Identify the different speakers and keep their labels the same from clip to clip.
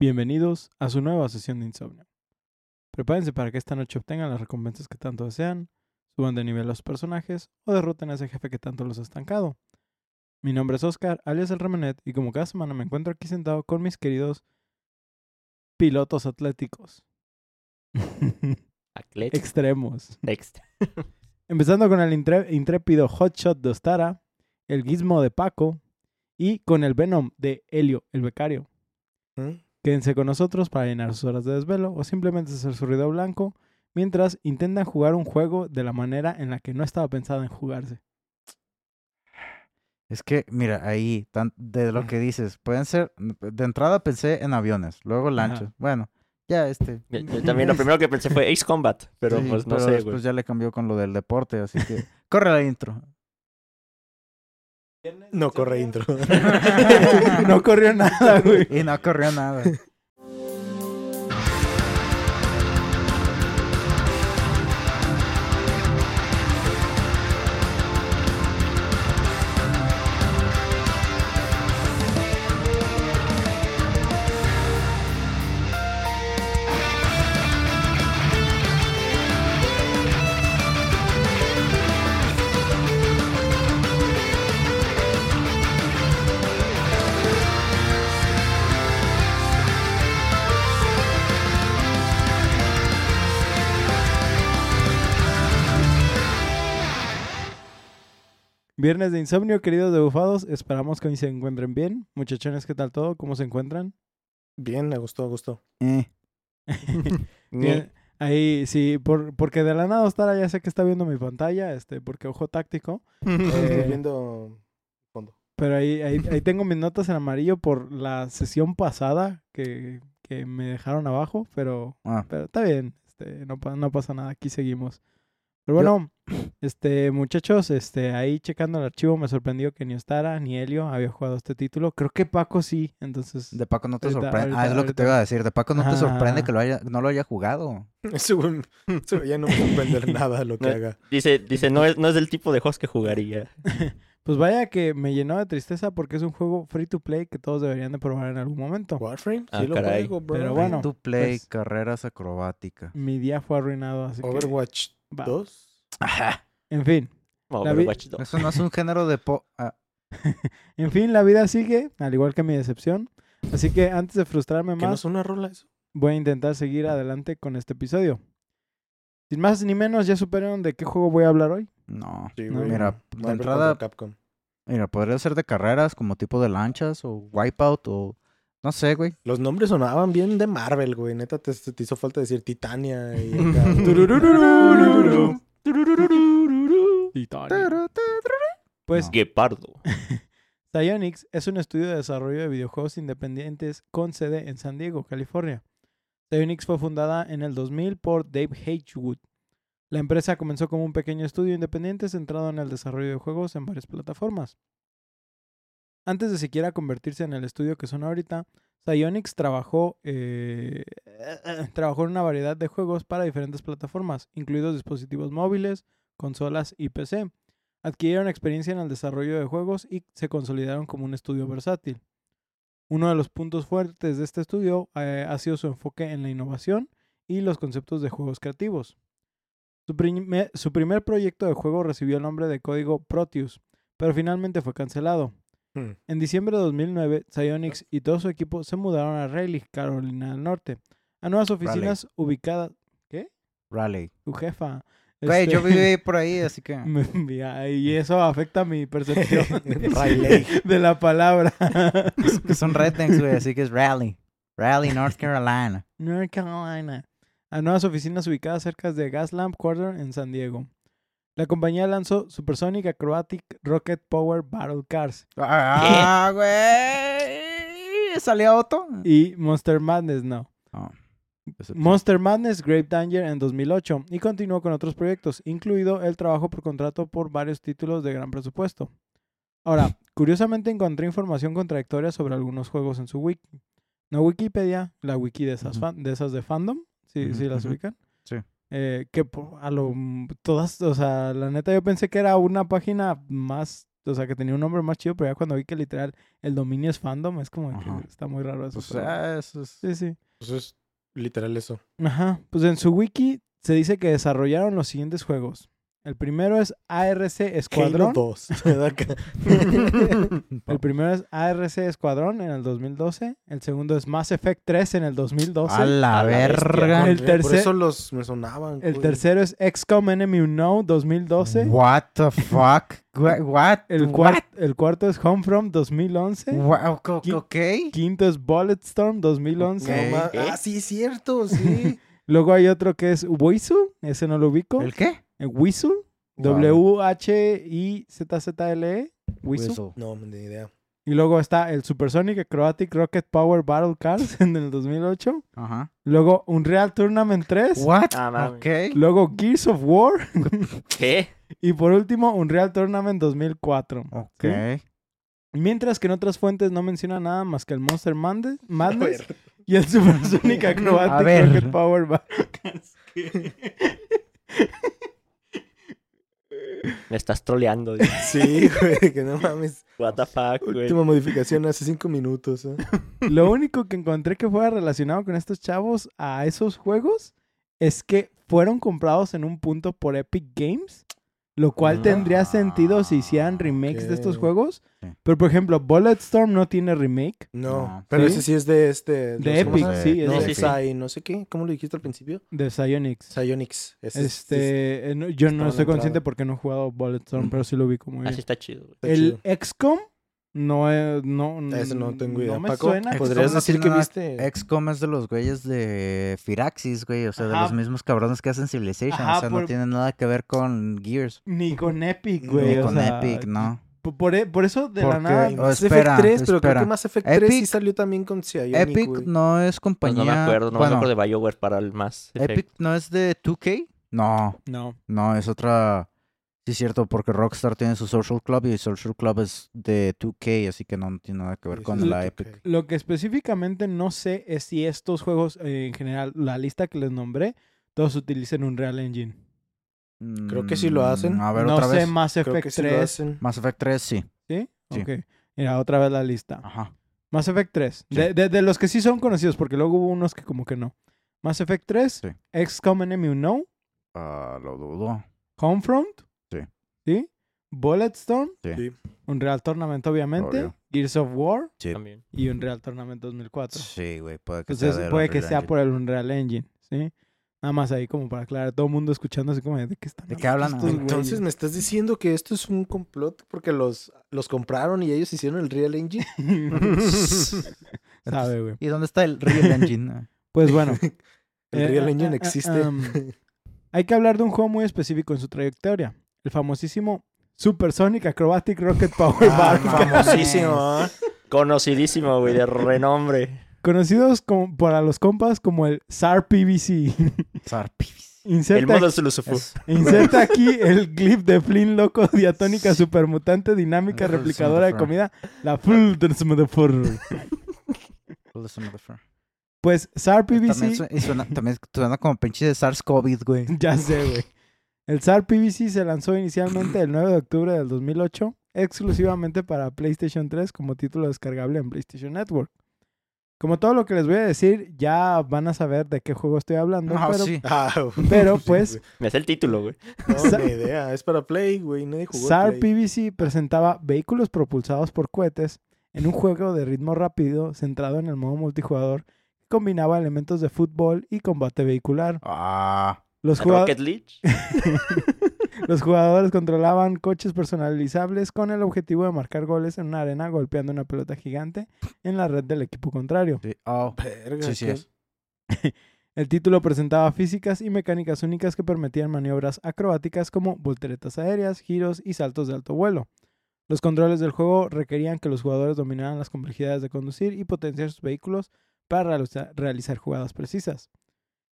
Speaker 1: Bienvenidos a su nueva sesión de insomnio. Prepárense para que esta noche obtengan las recompensas que tanto desean, suban de nivel a los personajes o derroten a ese jefe que tanto los ha estancado. Mi nombre es Oscar, alias el Remenet, y como cada semana me encuentro aquí sentado con mis queridos pilotos atléticos.
Speaker 2: Atlético.
Speaker 1: Extremos.
Speaker 2: Extra.
Speaker 1: Empezando con el intre- intrépido Hotshot de Ostara, el Gizmo de Paco y con el Venom de Helio, el becario.
Speaker 3: ¿Eh?
Speaker 1: Quédense con nosotros para llenar sus horas de desvelo o simplemente hacer su ruido blanco mientras intentan jugar un juego de la manera en la que no estaba pensada en jugarse.
Speaker 4: Es que, mira, ahí, tan- de lo que dices, pueden ser, mm, de entrada pensé en aviones, luego lanchas. Bueno, ya este.
Speaker 2: Yo, yo también lo primero que pensé fue Ace Combat, pero
Speaker 4: sí,
Speaker 2: pues no
Speaker 4: pero
Speaker 2: sé,
Speaker 4: Después
Speaker 2: güey.
Speaker 4: ya le cambió con lo del deporte, así que. Corre la intro.
Speaker 3: No corre intro.
Speaker 1: no corrió nada, güey.
Speaker 4: Y no corrió nada.
Speaker 1: Viernes de insomnio, queridos debufados. Esperamos que hoy se encuentren bien. Muchachones, ¿qué tal todo? ¿Cómo se encuentran?
Speaker 3: Bien, a gusto, a gusto.
Speaker 4: Eh,
Speaker 1: Bien, Ahí sí, por, porque de la nada Ostara ya sé que está viendo mi pantalla, este, porque ojo táctico.
Speaker 3: Estoy
Speaker 1: Eh,
Speaker 3: viendo fondo.
Speaker 1: Pero ahí, ahí, ahí tengo mis notas en amarillo por la sesión pasada que, que me dejaron abajo, pero,
Speaker 4: ah,
Speaker 1: pero está bien, este, no, pa- no pasa nada, aquí seguimos. Pero bueno, este, muchachos, este, ahí checando el archivo me sorprendió que ni Ostara ni Helio había jugado este título. Creo que Paco sí, entonces...
Speaker 4: de Paco no te
Speaker 1: Ahorita,
Speaker 4: sorprende.
Speaker 1: ahorita,
Speaker 4: Ah, es lo que te
Speaker 1: ahorita.
Speaker 4: iba a decir. De Paco no
Speaker 1: Ajá,
Speaker 4: te sorprende
Speaker 1: ajá.
Speaker 4: que lo haya, no lo haya jugado.
Speaker 3: Ese güey- ese güey ya no me sorprende nada lo que
Speaker 2: No.
Speaker 3: haga.
Speaker 2: Dice, dice no, es, no es del tipo de juegos que jugaría.
Speaker 1: Pues vaya que me llenó de tristeza porque es un juego free to play que todos deberían de probar en algún momento.
Speaker 3: Warframe, sí
Speaker 2: Ah,
Speaker 3: lo
Speaker 2: caray.
Speaker 3: juego, bro.
Speaker 1: Pero
Speaker 4: Free
Speaker 1: bueno,
Speaker 4: to play,
Speaker 1: pues-
Speaker 4: carreras acrobáticas.
Speaker 1: Mi día fue arruinado, así que...
Speaker 3: Overwatch
Speaker 1: va.
Speaker 3: 2.
Speaker 1: En fin.
Speaker 2: No,
Speaker 1: La
Speaker 2: pero
Speaker 1: vi-
Speaker 2: Watch Dogs.
Speaker 4: Eso no es un género de po. ah,
Speaker 1: En fin, la vida sigue, al igual que mi decepción. Así que antes de frustrarme
Speaker 3: ¿Que no
Speaker 1: más,
Speaker 3: es una rola eso?
Speaker 1: voy a intentar seguir adelante con este episodio. Sin más ni menos, ya superaron de qué juego voy a hablar hoy.
Speaker 4: no.
Speaker 3: Sí,
Speaker 1: No,
Speaker 3: güey.
Speaker 4: mira, de
Speaker 3: Marvel
Speaker 4: entrada-
Speaker 3: contra Capcom.
Speaker 4: Mira, podría ser de carreras, como tipo de lanchas, o wipeout, o. No sé, güey.
Speaker 3: Los nombres sonaban bien de Marvel, güey. Neta, te, te hizo falta decir Titania y acá, güey.
Speaker 1: Tururururururu. Titanic. Pues
Speaker 4: No.
Speaker 2: Guepardo.
Speaker 1: Psyonix es un estudio de desarrollo de videojuegos independientes con sede en San Diego, California. Psyonix fue fundada en el 2000 por Dave Hedgewood. La empresa comenzó como un pequeño estudio independiente centrado en el desarrollo de juegos en varias plataformas. Antes de siquiera convertirse en el estudio que son ahorita, Psyonix trabajó, eh, trabajó en una variedad de juegos para diferentes plataformas, incluidos dispositivos móviles, consolas y PC adquirieron experiencia en el desarrollo de juegos y se consolidaron como un estudio versátil. Uno de los puntos fuertes de este estudio eh, ha sido su enfoque en la innovación y los conceptos de juegos creativos. Su, prime- su primer proyecto de juego recibió el nombre de código Proteus, pero finalmente fue cancelado.
Speaker 3: Hmm.
Speaker 1: En diciembre de 2009, Psyonix y todo su equipo se mudaron a Raleigh, Carolina del Norte, a nuevas oficinas ubicadas...
Speaker 4: Rally.
Speaker 1: Tu jefa.
Speaker 4: Güey, yo
Speaker 1: este,
Speaker 4: viví por ahí, así que.
Speaker 1: me- mira, y eso afecta mi percepción
Speaker 3: Raleigh.
Speaker 1: de la palabra.
Speaker 4: que son rednecks, güey, así que es Raleigh. Raleigh, North Carolina.
Speaker 1: North Carolina. A nuevas oficinas ubicadas cerca de Gaslamp Quarter en San Diego. La compañía lanzó Supersonic Acrobatic Rocket Power Battle Cars
Speaker 4: ¡Ah, güey! ¿Salió Otto?
Speaker 1: y Monster Madness No. Monster Madness Grave Danger en 2008 y continuó con otros proyectos, incluido el trabajo por contrato por varios títulos de gran presupuesto. Ahora, curiosamente encontré información contradictoria sobre algunos juegos en su wiki. No Wikipedia, la wiki de esas,
Speaker 4: Ujú.
Speaker 1: fan- de, esas de fandom, si,
Speaker 4: Ujú,
Speaker 1: si las
Speaker 4: ujú.
Speaker 1: ubican.
Speaker 4: Sí.
Speaker 1: mm, Eh, que po- a lo todas, o sea, la neta yo pensé que era una página más o sea, que tenía un nombre más chido, pero ya cuando vi que literal el dominio es fandom, es como que
Speaker 4: Ajá. Pues, ah,
Speaker 1: está muy raro eso.
Speaker 4: O
Speaker 1: pero-
Speaker 4: sea, eso es...
Speaker 1: sí, sí.
Speaker 3: Pues es literal eso.
Speaker 1: Ajá, pues en su wiki se dice que desarrollaron los siguientes juegos. El primero es ARC
Speaker 3: Halo
Speaker 1: Escuadrón.
Speaker 3: 2. ¿verdad? Que-
Speaker 1: El primero es ARC Escuadrón en el 2012. El segundo es Mass Effect 3 en el 2012.
Speaker 4: A la
Speaker 2: A la bestia.
Speaker 4: verga.
Speaker 1: El
Speaker 3: Por
Speaker 1: tercer-
Speaker 3: eso los me sonaban.
Speaker 1: El
Speaker 3: güey.
Speaker 1: tercero es XCOM Enemy Unknown 2012.
Speaker 4: What the fuck? Wha- What?
Speaker 1: El,
Speaker 4: What?
Speaker 1: cuar- el cuarto es Homefront 2011.
Speaker 4: Wow, co-
Speaker 1: Qui-
Speaker 4: ok.
Speaker 1: Quinto es Bulletstorm 2011.
Speaker 3: No, ma-
Speaker 2: Ok.
Speaker 3: Ah, sí, es cierto, sí.
Speaker 1: Luego hay otro que es Wisu. Ese no lo ubico.
Speaker 4: ¿El qué?
Speaker 1: Eh, Wisu. W-H-I-Z-Z-L-E. Wisu.
Speaker 4: Whistle.
Speaker 3: no, ni idea.
Speaker 1: Y luego está el Supersonic Acrobatic Rocket Power Battle Cars en el 2008.
Speaker 4: Ajá.
Speaker 1: Luego Unreal Tournament 3.
Speaker 4: What?
Speaker 2: Ah, mames.
Speaker 4: ok.
Speaker 1: Luego Gears of War.
Speaker 2: ¿Qué?
Speaker 1: Y por último, Unreal Tournament 2004.
Speaker 4: Ok.
Speaker 1: Mientras que en otras fuentes no menciona nada más que el Monster Mande-
Speaker 3: A
Speaker 1: Madness
Speaker 3: ver,
Speaker 1: y el Supersonic Acrobatic
Speaker 4: A ver.
Speaker 1: Rocket Power Battle.
Speaker 2: Me estás troleando. dude.
Speaker 3: sí, güey, que no mames.
Speaker 2: What the fuck, güey.
Speaker 3: Última modificación hace cinco minutos. ¿eh?
Speaker 1: Lo único que encontré que fuera relacionado con estos chavos a esos juegos es que fueron comprados en un punto por Epic Games, lo cual
Speaker 2: Ah,
Speaker 1: tendría sentido si hicieran remakes de estos
Speaker 3: ok.
Speaker 1: juegos.
Speaker 4: Sí.
Speaker 1: Pero por ejemplo, Bulletstorm no tiene remake.
Speaker 3: No,
Speaker 4: No.
Speaker 3: pero
Speaker 1: ¿Sí?
Speaker 3: ese sí es de
Speaker 1: De
Speaker 3: este. los- ¿cómo se
Speaker 1: Epic,
Speaker 3: llama?
Speaker 1: sí, es
Speaker 3: No,
Speaker 1: de
Speaker 2: sí,
Speaker 1: Epic.
Speaker 2: sí.
Speaker 3: Psy, no sé qué. ¿Cómo lo dijiste al principio?
Speaker 1: De Psyonix.
Speaker 3: Psyonix. Ese es- es-
Speaker 1: Este, eh, no- yo
Speaker 3: en
Speaker 1: no
Speaker 3: la
Speaker 1: estoy consciente
Speaker 3: entrada.
Speaker 1: porque no he jugado Bulletstorm, pero sí lo ubico muy
Speaker 2: Así
Speaker 1: bien.
Speaker 2: Ah, está chido, güey.
Speaker 3: está
Speaker 1: El
Speaker 3: chido.
Speaker 1: XCOM no eh, no
Speaker 3: Ese no tengo idea.
Speaker 1: No me
Speaker 3: Paco,
Speaker 1: suena. este
Speaker 4: Pues,
Speaker 3: ¿podrías
Speaker 4: XCOM no
Speaker 3: decir
Speaker 4: tiene
Speaker 3: que
Speaker 4: nada-
Speaker 3: viste?
Speaker 4: XCOM es de los güeyes de Firaxis, güey. O sea, de
Speaker 1: Ajá.
Speaker 4: los mismos cabrones que hacen Civilization.
Speaker 1: Ajá,
Speaker 4: o sea,
Speaker 1: por-
Speaker 4: no tiene nada que ver con Gears.
Speaker 1: Ni con Epic,
Speaker 3: Ni
Speaker 1: güey. o
Speaker 4: ni con
Speaker 1: sea,
Speaker 4: Epic, ¿no?
Speaker 1: p- Por, e- por eso de la
Speaker 4: Porque-
Speaker 1: nada.
Speaker 4: Oh,
Speaker 3: Mass
Speaker 4: espera,
Speaker 3: Effect 3, pero creo
Speaker 4: espera.
Speaker 3: que Mass Effect 3 sí
Speaker 4: Epic-
Speaker 3: salió también con Psyonix.
Speaker 4: Epic
Speaker 3: güey.
Speaker 4: no es
Speaker 2: Pues
Speaker 4: compañía...
Speaker 2: no me acuerdo, no
Speaker 4: bueno,
Speaker 2: me acuerdo de BioWare para el más.
Speaker 4: Epic no es de 2K. No,
Speaker 1: No.
Speaker 4: no, es otra... Sí, es cierto, porque Rockstar tiene su Social Club y Social Club es de 2K, así que no tiene nada que ver
Speaker 3: Sí,
Speaker 4: con
Speaker 3: sí,
Speaker 4: la
Speaker 3: sí,
Speaker 4: Epic.
Speaker 3: ok.
Speaker 1: Lo que específicamente no sé es si estos juegos, eh, en general, la lista que les nombré, todos utilicen un Real Engine.
Speaker 3: Creo que sí lo hacen.
Speaker 4: Mm, A ver,
Speaker 1: no
Speaker 4: otra
Speaker 1: sé,
Speaker 4: vez.
Speaker 1: Mass
Speaker 3: Creo que
Speaker 1: Effect
Speaker 3: sí lo
Speaker 1: 3.
Speaker 3: hacen.
Speaker 4: Mass Effect 3, sí.
Speaker 1: ¿Sí?
Speaker 4: Sí. Ah.
Speaker 1: Ok. Mira, otra vez la lista.
Speaker 4: Ajá.
Speaker 1: Mass Effect 3. De, de- de los que sí son conocidos, porque luego hubo unos que como que no. Mass Effect 3,
Speaker 4: Sí.
Speaker 1: XCOM Enemy Unknown,
Speaker 4: Ah, lo dudo.
Speaker 1: Homefront.
Speaker 4: Sí.
Speaker 1: ¿Sí? Bulletstorm.
Speaker 4: Sí.
Speaker 3: Sí.
Speaker 1: Unreal Tournament, obviamente.
Speaker 4: Obvio.
Speaker 1: Gears of War
Speaker 4: Sí.
Speaker 2: También.
Speaker 1: y Unreal Tournament 2004.
Speaker 4: Sí, güey, puede que sea.
Speaker 1: Entonces Pues
Speaker 4: del
Speaker 1: puede que
Speaker 4: Unreal
Speaker 1: sea
Speaker 4: Engine.
Speaker 1: por el Unreal Engine, ¿sí? Nada más ahí como para aclarar. Todo el mundo escuchando así como de qué están
Speaker 4: ¿De qué hablan?
Speaker 1: estos güeyes?"
Speaker 3: Entonces me estás diciendo que esto es un complot porque los, los compraron y ellos hicieron el Real Engine.
Speaker 1: Sabe, güey.
Speaker 4: ¿Y dónde está el Ah, Real Engine?
Speaker 1: Pues bueno.
Speaker 3: El
Speaker 1: eh,
Speaker 3: Real
Speaker 1: ah,
Speaker 3: Engine
Speaker 1: ah,
Speaker 3: existe.
Speaker 1: ah, am, hay que hablar de un juego muy específico en su trayectoria. El famosísimo Supersonic Acrobatic Rocket Power
Speaker 4: Ah,
Speaker 1: Bar.
Speaker 4: mames.
Speaker 3: famosísimo. ¿eh?
Speaker 2: Conocidísimo, güey, de renombre.
Speaker 1: Conocidos como, para los compas como el SAR PVC.
Speaker 4: Zarpis.
Speaker 2: El
Speaker 1: Inserta
Speaker 2: modo es Lucifer.
Speaker 4: Es-
Speaker 1: Inserta aquí el clip de Flynn loco, diatónica, supermutante, dinámica,
Speaker 4: Ajá,
Speaker 1: replicadora de
Speaker 4: sí,
Speaker 1: comida. La Full Dance Motherfucker.
Speaker 4: Pull this motherfucker.
Speaker 1: Pues SAR
Speaker 4: También
Speaker 1: PVC,
Speaker 4: su- y suena, también suena como pinche de SARS-CoV, güey.
Speaker 1: ya sé, güey. El SAR PVC se lanzó inicialmente el 9 de octubre del 2008, exclusivamente para PlayStation 3 como título descargable en PlayStation Network. Como todo lo que les voy a decir, ya van a saber de qué juego estoy hablando.
Speaker 4: No,
Speaker 1: pero
Speaker 4: sí.
Speaker 3: Ah,
Speaker 1: pero,
Speaker 3: sí,
Speaker 1: pues,
Speaker 3: güey.
Speaker 2: Me sé el título, güey.
Speaker 3: No, ni idea. Es para Play, güey. Nadie jugó. a
Speaker 1: SAR
Speaker 3: Play.
Speaker 1: PVC presentaba vehículos propulsados por cohetes en un juego de ritmo rápido centrado en el modo multijugador que combinaba elementos de fútbol y combate vehicular.
Speaker 4: Ah,
Speaker 1: Los, jugado-
Speaker 2: Rocket League.
Speaker 1: los jugadores controlaban coches personalizables con el objetivo de marcar goles en una arena golpeando una pelota gigante en la red del equipo contrario.
Speaker 4: sí. Oh,
Speaker 3: Verga,
Speaker 4: Sí, sí
Speaker 3: qué-
Speaker 4: es.
Speaker 1: El título presentaba físicas y mecánicas únicas que permitían maniobras acrobáticas como volteretas aéreas, giros y saltos de alto vuelo. Los controles del juego requerían que los jugadores dominaran las complejidades de conducir y potenciar sus vehículos para realiza- realizar jugadas precisas.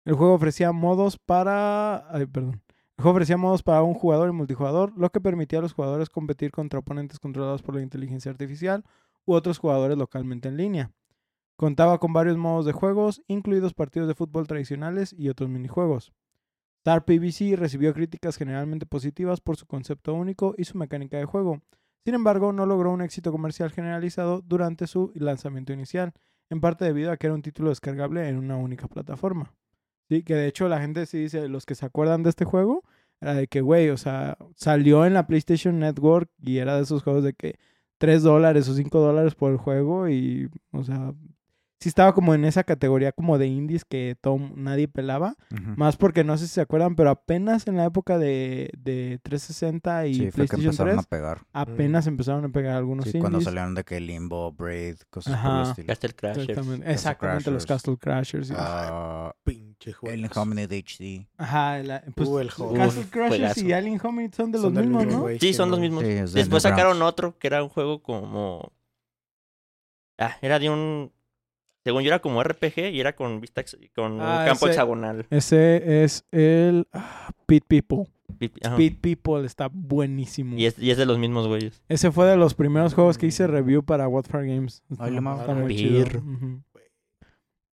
Speaker 1: El juego ofrecía modos para... ay, perdón. El juego ofrecía modos para un jugador y multijugador, lo que permitía a los jugadores competir contra oponentes controlados por la inteligencia artificial u otros jugadores localmente en línea. Contaba con varios modos de juegos, incluidos partidos de fútbol tradicionales y otros minijuegos. Star PVC recibió críticas generalmente positivas por su concepto único y su mecánica de juego, Sin embargo, no logró un éxito comercial generalizado durante su lanzamiento inicial, en parte debido a que era un título descargable en una única plataforma. Sí, que de hecho la gente sí dice, los que se acuerdan de este juego, era de que, güey, o sea, salió en la PlayStation Network y era de esos juegos de que 3 dólares o 5 dólares por el juego y, o sea, sí estaba como en esa categoría como de indies que todo, nadie pelaba.
Speaker 4: Ujú.
Speaker 1: Más porque no sé si se acuerdan, pero apenas en la época de, de 360 y
Speaker 4: Sí, fue que
Speaker 1: PlayStation
Speaker 4: empezaron
Speaker 1: 3,
Speaker 4: a pegar.
Speaker 1: apenas empezaron a pegar algunos
Speaker 4: Sí,
Speaker 1: indies.
Speaker 4: cuando salieron de que Limbo, Braid, cosas por el
Speaker 1: Ajá.
Speaker 4: estilo.
Speaker 2: Castle Crashers.
Speaker 1: Exactamente, exactamente, los
Speaker 4: Crashers.
Speaker 1: Castle Crashers. y-
Speaker 4: Ah,
Speaker 3: Pinche juego.
Speaker 4: el Hominid HD.
Speaker 1: Ajá, la- pues,
Speaker 3: Uh, el juego.
Speaker 1: Castle
Speaker 2: Uf,
Speaker 1: Crashers y
Speaker 2: juegazo.
Speaker 1: Alien Homie son de los
Speaker 3: Son del
Speaker 1: mismos,
Speaker 3: mismo
Speaker 1: ¿no?
Speaker 3: güey,
Speaker 2: Sí, son los
Speaker 3: Simón.
Speaker 2: mismos.
Speaker 4: Sí, es de
Speaker 2: Después
Speaker 4: Newgrounds.
Speaker 2: sacaron otro que era un juego como. Ah, era de un. Según yo era como RPG y era con vista ex- con
Speaker 1: Ah,
Speaker 2: un campo
Speaker 1: ese-
Speaker 2: hexagonal.
Speaker 1: Ese es el ah, Pit People.
Speaker 2: Ajá.
Speaker 1: Pit People está buenísimo.
Speaker 2: Y es, y es de los mismos güeyes.
Speaker 1: Ese fue de los primeros juegos que hice review para Watford Games. Está,
Speaker 4: Mm. Ay, la madre.
Speaker 1: está muy chido.
Speaker 2: Pirro.
Speaker 1: Ujú.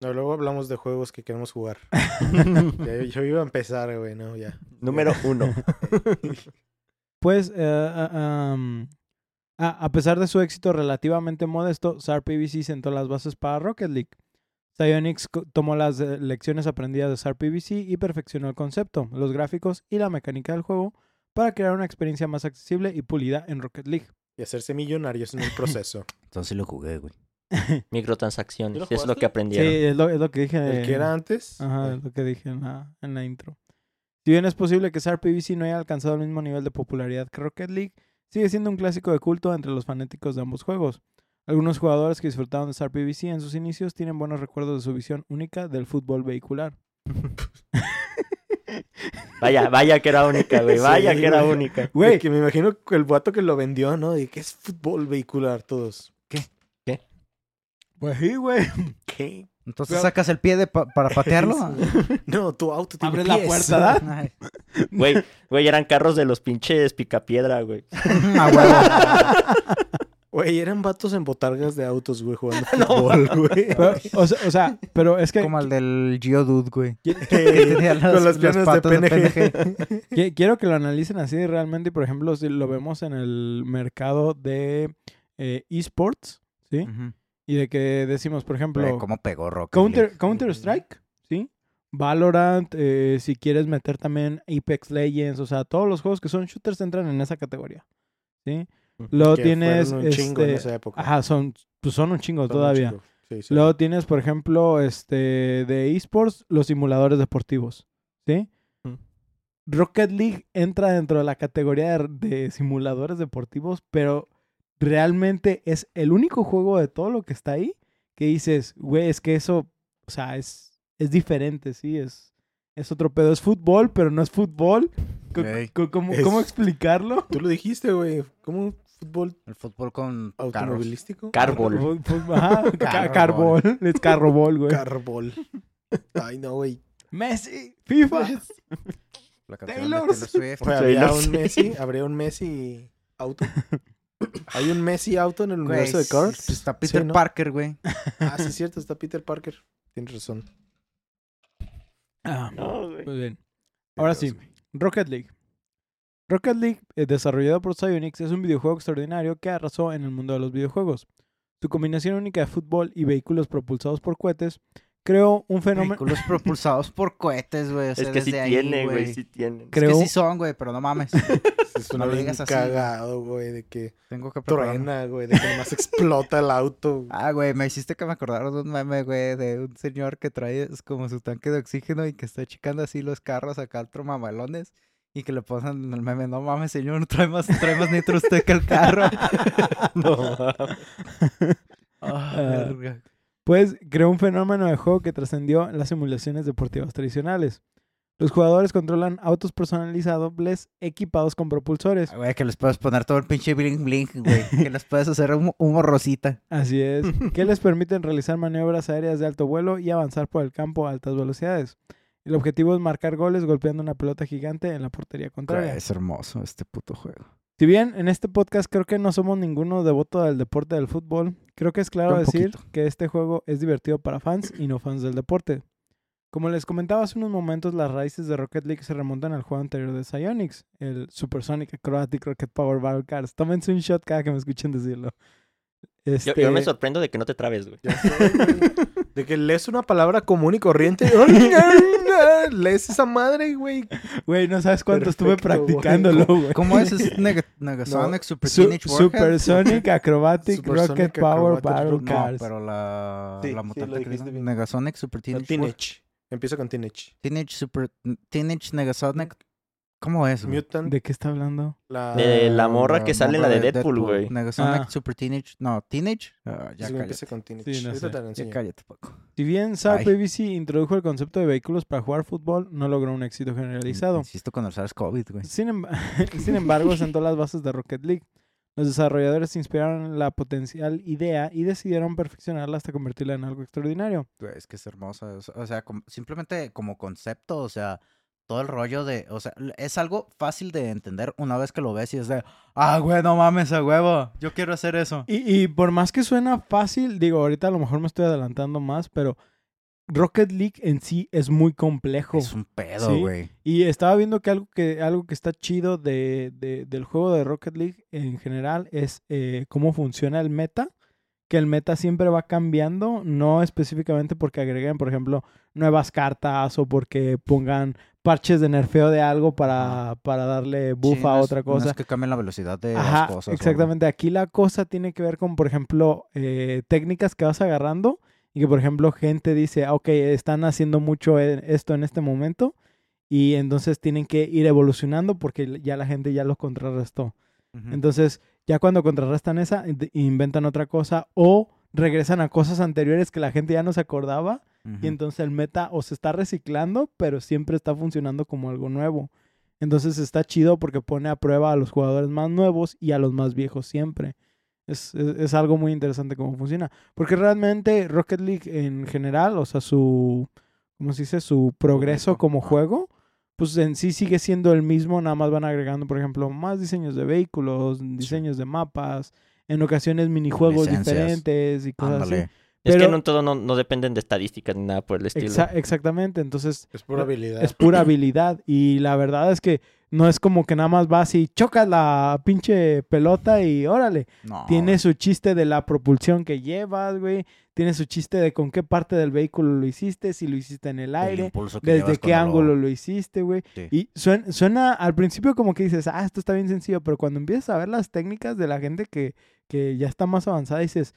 Speaker 3: No, luego hablamos de juegos que queremos jugar. Ya, yo iba a empezar, güey, no, ya.
Speaker 2: Número uno.
Speaker 1: Pues, eh, ah, am, a, a pesar de su éxito relativamente modesto, SAR PVC sentó las bases para Rocket League. Psyonix co- tomó las eh, lecciones aprendidas de SAR PVC y perfeccionó el concepto, los gráficos y la mecánica del juego para crear una experiencia más accesible y pulida en Rocket League.
Speaker 3: Y hacerse millonarios en el proceso.
Speaker 4: Entonces sí lo jugué, güey.
Speaker 3: ¿Sí lo
Speaker 2: Microtransacciones. Es lo
Speaker 3: jugaste?
Speaker 2: que
Speaker 1: Sí,
Speaker 2: aprendieron.
Speaker 1: es lo, es lo que dije.
Speaker 3: El que era antes.
Speaker 1: Ajá,
Speaker 3: eh,
Speaker 1: es lo que dije en la, en la intro. Si bien es posible que SAR PVC no haya alcanzado el mismo nivel de popularidad que Rocket League, sigue siendo un clásico de culto entre los fanáticos de ambos juegos. Algunos jugadores que disfrutaron de SAR PVC en sus inicios tienen buenos recuerdos de su visión única del fútbol vehicular.
Speaker 2: Vaya, vaya que era única, güey.
Speaker 3: Sí,
Speaker 2: Vaya que era
Speaker 3: güey.
Speaker 2: única.
Speaker 3: Güey, que me imagino que el vato que lo vendió, ¿no? De que es fútbol vehicular todos.
Speaker 1: Pues sí, güey.
Speaker 3: ¿Qué?
Speaker 4: Entonces
Speaker 1: Pero-
Speaker 4: sacas el pie de pa- para patearlo.
Speaker 3: No, tu auto tiene
Speaker 1: Abres la
Speaker 3: pies.
Speaker 1: puerta, ¿da?
Speaker 4: Ay,
Speaker 2: Güey, güey, eran carros de los pinches picapiedra, güey.
Speaker 4: A huevo.
Speaker 3: Güey, eran vatos en botargas de autos, güey, jugando fútbol, güey.
Speaker 1: Pero, o, sea, o sea, pero es que
Speaker 4: Como el del Geodude, güey. Que
Speaker 3: Eh,
Speaker 4: tenía
Speaker 3: Con las piernas de
Speaker 4: patas
Speaker 3: PNG.
Speaker 1: qui- quiero que lo analicen así realmente. Por ejemplo, si lo vemos en el mercado de eh, esports, ¿sí?
Speaker 4: Ujú.
Speaker 1: Y de que decimos, por ejemplo...
Speaker 4: Güey, ¿Cómo pegó Rocket
Speaker 1: Counter,
Speaker 4: League?
Speaker 1: Counter Strike, ¿sí? Valorant, eh, si quieres meter también Apex Legends, o sea, todos los juegos que son shooters entran en esa categoría, ¿sí?
Speaker 2: Ujú.
Speaker 1: Luego
Speaker 3: que
Speaker 1: tienes,
Speaker 3: fueron un chingo en
Speaker 1: este,
Speaker 3: esa época.
Speaker 1: ajá, son, pues son un chingo
Speaker 3: Fueron un
Speaker 1: todavía.
Speaker 3: chingo. Sí, sí.
Speaker 1: Luego tienes, por ejemplo, este, de esports, los simuladores deportivos, ¿sí?
Speaker 2: Ujú.
Speaker 1: Rocket League entra dentro de la categoría de, de simuladores deportivos, pero realmente es el único juego de todo lo que está ahí que dices, güey, es que eso, o sea, es, es diferente, sí, es, es otro pedo, es fútbol, pero no es fútbol. Co-
Speaker 4: Ey.
Speaker 1: co- ¿Cómo,
Speaker 3: Es-
Speaker 1: cómo explicarlo?
Speaker 3: Tú lo dijiste, güey. ¿Cómo fútbol
Speaker 4: El fútbol con carros.
Speaker 3: automovilístico?
Speaker 2: Carbol.
Speaker 1: Fútbol, fútbol, ajá, ca-
Speaker 4: Carbol.
Speaker 1: carbol, es carbol, güey.
Speaker 3: Carbol. Ay, no, güey.
Speaker 1: Messi, FIFA.
Speaker 4: La canción de
Speaker 1: Taylor
Speaker 4: Taylor Swift.
Speaker 3: Güey,
Speaker 2: Sí,
Speaker 3: habría
Speaker 2: no sé.
Speaker 3: un Messi, habría un Messi auto. Hay un Messi auto en el
Speaker 4: Güey,
Speaker 3: universo de
Speaker 4: sí,
Speaker 3: Cars.
Speaker 4: sí, Está Peter
Speaker 3: ¿no?
Speaker 4: Parker, güey.
Speaker 3: Ah, sí, es cierto, está Peter Parker. Tienes razón.
Speaker 1: Ah,
Speaker 2: No, güey.
Speaker 1: Muy bien. Ahora sí, Rocket League. Rocket League, eh, desarrollado por Psyonix, es un videojuego extraordinario que arrasó en el mundo de los videojuegos. Su combinación única de fútbol y vehículos propulsados por cohetes creó un fenómeno.
Speaker 4: Vehículos propulsados por cohetes, güey. o sea,
Speaker 2: Es que sí
Speaker 4: desde ahí,
Speaker 2: tiene, güey. Sí tiene.
Speaker 1: Creo-
Speaker 4: Es que sí son, güey, pero no mames.
Speaker 3: Es
Speaker 4: No
Speaker 3: una
Speaker 4: lo
Speaker 3: bien
Speaker 4: digas así.
Speaker 3: cagado, güey, de que
Speaker 4: Tengo que prepararme.
Speaker 3: truena, güey, de que nomás explota el auto.
Speaker 4: Ah, güey, me hiciste que me acordara de un meme, güey, de un señor que trae es como su tanque de oxígeno y que está checando así los carros acá otro mamalones y que le pasan en el meme, no mames, señor, no trae más, trae más nitro usted que el carro.
Speaker 2: No, mames.
Speaker 4: Ah,
Speaker 1: Ah.
Speaker 4: verga.
Speaker 1: Pues creó un fenómeno de juego que trascendió las simulaciones deportivas tradicionales. Los jugadores controlan autos personalizables equipados con propulsores.
Speaker 4: Ah, Güey, que les puedes poner todo el pinche bling bling, güey. Que les puedes hacer un, un rosita.
Speaker 1: Así es, que les permiten realizar maniobras aéreas de alto vuelo y avanzar por el campo a altas velocidades. El objetivo es marcar goles golpeando una pelota gigante en la portería contraria.
Speaker 2: Pues.
Speaker 4: Güey, es hermoso este puto juego.
Speaker 1: Si bien en este podcast creo que no somos ninguno devoto del deporte del fútbol, creo que es claro
Speaker 4: Un
Speaker 1: decir
Speaker 4: poquito.
Speaker 1: que este juego es divertido para fans y no fans del deporte. Como les comentaba hace unos momentos, las raíces de Rocket League se remontan al juego anterior de Psyonix, el Supersonic Acrobatic Rocket Power Battle Cars. Tómense un shot cada que me escuchen decirlo.
Speaker 2: Yo,
Speaker 1: Este,
Speaker 2: yo me sorprendo de que no te trabes, güey.
Speaker 3: Ya sé, güey. De que lees una palabra común y corriente. y- lees esa madre, güey.
Speaker 1: Güey, no sabes cuánto estuve
Speaker 3: Perfecto, güey.
Speaker 1: practicándolo, güey.
Speaker 4: ¿Cómo es? ¿Es Neg- Negasonic Super
Speaker 1: Su-
Speaker 4: Teenage Warhead?
Speaker 1: Supersonic Acrobatic
Speaker 3: Supersonic
Speaker 1: Rocket Power
Speaker 3: Acrobatic
Speaker 1: Battle
Speaker 3: Rocket-
Speaker 1: Cars.
Speaker 4: No, pero la,
Speaker 3: Sí,
Speaker 4: la
Speaker 3: sí,
Speaker 4: mutante
Speaker 3: lo
Speaker 4: que
Speaker 3: dijiste
Speaker 4: digo,
Speaker 3: bien.
Speaker 4: Negasonic Super Teenage Warhead.
Speaker 3: Teenage. Empieza con Teenage.
Speaker 4: Teenage Super... Teenage Negasonic... ¿Cómo es? güey?
Speaker 3: Mutant.
Speaker 1: ¿De qué está hablando?
Speaker 3: la...
Speaker 2: De la morra que sale en la
Speaker 4: morra
Speaker 2: de Deadpool, güey.
Speaker 4: Negasonic
Speaker 1: Ah.
Speaker 4: Super Teenage... No, Teenage... Ah, ya
Speaker 3: Sí, güey, empieza
Speaker 4: cállate.
Speaker 3: con Teenage.
Speaker 1: Sí, no
Speaker 3: Ahorita
Speaker 1: sé.
Speaker 3: te la
Speaker 4: Ya
Speaker 3: enseño.
Speaker 4: cállate, Paco.
Speaker 1: Si bien SAR
Speaker 4: Ay.
Speaker 1: PBC introdujo el concepto de vehículos para jugar fútbol, no logró un éxito generalizado.
Speaker 4: Insisto con el SARS-CoV, güey.
Speaker 1: Sin, em- sin embargo, sentó las bases de Rocket League. Los desarrolladores se inspiraron en la potencial idea y decidieron perfeccionarla hasta convertirla en algo extraordinario.
Speaker 4: Güey, Pues, Es que es hermosa. O sea, o sea, com- simplemente como concepto, o sea, todo el rollo de. O sea, l- es algo fácil de entender una vez que lo ves y es de. Ah, güey, no mames a huevo. Yo quiero hacer eso.
Speaker 1: Y, y por más que suena fácil, digo, ahorita a lo mejor me estoy adelantando más, pero Rocket League en sí es muy complejo.
Speaker 4: Es un pedo,
Speaker 1: Sí.
Speaker 4: güey.
Speaker 1: Y estaba viendo que algo que, algo que está chido de, de- del juego de Rocket League en general es eh, cómo funciona el meta. Que el meta siempre va cambiando, no específicamente porque agreguen, por ejemplo, nuevas cartas o porque pongan parches de nerfeo de algo para, para darle buff
Speaker 4: Sí,
Speaker 1: a
Speaker 4: no es-
Speaker 1: otra
Speaker 4: No
Speaker 1: cosa.
Speaker 4: es que cambien la velocidad de
Speaker 1: Ajá,
Speaker 4: las cosas. o algo.
Speaker 1: exactamente. Aquí la cosa tiene que ver con, por ejemplo, eh, técnicas que vas agarrando y que, por ejemplo, gente dice, "Ah, ok, están haciendo mucho e- esto en este momento y entonces tienen que ir evolucionando porque ya la gente ya los contrarrestó.
Speaker 4: Ujú.
Speaker 1: Entonces, ya cuando contrarrestan esa, in- inventan otra cosa o regresan a cosas anteriores que la gente ya no se acordaba
Speaker 4: Ujú.
Speaker 1: y entonces el meta o se está reciclando, pero siempre está funcionando como algo nuevo. Entonces está chido porque pone a prueba a los jugadores más nuevos y a los más viejos siempre. Es, es- es algo muy interesante cómo funciona. Porque realmente Rocket League en general, o sea, su, ¿cómo se dice? Su progreso
Speaker 4: Progreso,
Speaker 1: como
Speaker 4: ajá.
Speaker 1: juego, pues en sí sigue siendo el mismo, nada más van agregando, por ejemplo, más diseños de vehículos, diseños de mapas, en ocasiones minijuegos
Speaker 4: Licencias.
Speaker 1: diferentes y cosas así.
Speaker 4: Ándale.
Speaker 2: Es que
Speaker 1: Pero-
Speaker 2: no en todo no, no dependen de estadísticas ni nada por el estilo.
Speaker 1: Exa- exactamente, entonces
Speaker 3: Es pura habilidad.
Speaker 1: es pura habilidad. Y la verdad es que no es como que nada más vas y chocas la pinche pelota y órale.
Speaker 4: No,
Speaker 1: Tiene su chiste de la propulsión que llevas, güey. Tiene su chiste de con qué parte del vehículo lo hiciste, si lo hiciste en el
Speaker 4: güey, el
Speaker 1: aire,
Speaker 4: impulso que llevas
Speaker 1: desde qué
Speaker 4: cuando
Speaker 1: ángulo
Speaker 4: lo-
Speaker 1: lo hiciste, güey.
Speaker 4: Sí.
Speaker 1: Y suena, suena al principio como que dices, ah, esto está bien sencillo, pero cuando empiezas a ver las técnicas de la gente que, que ya está más avanzada, dices,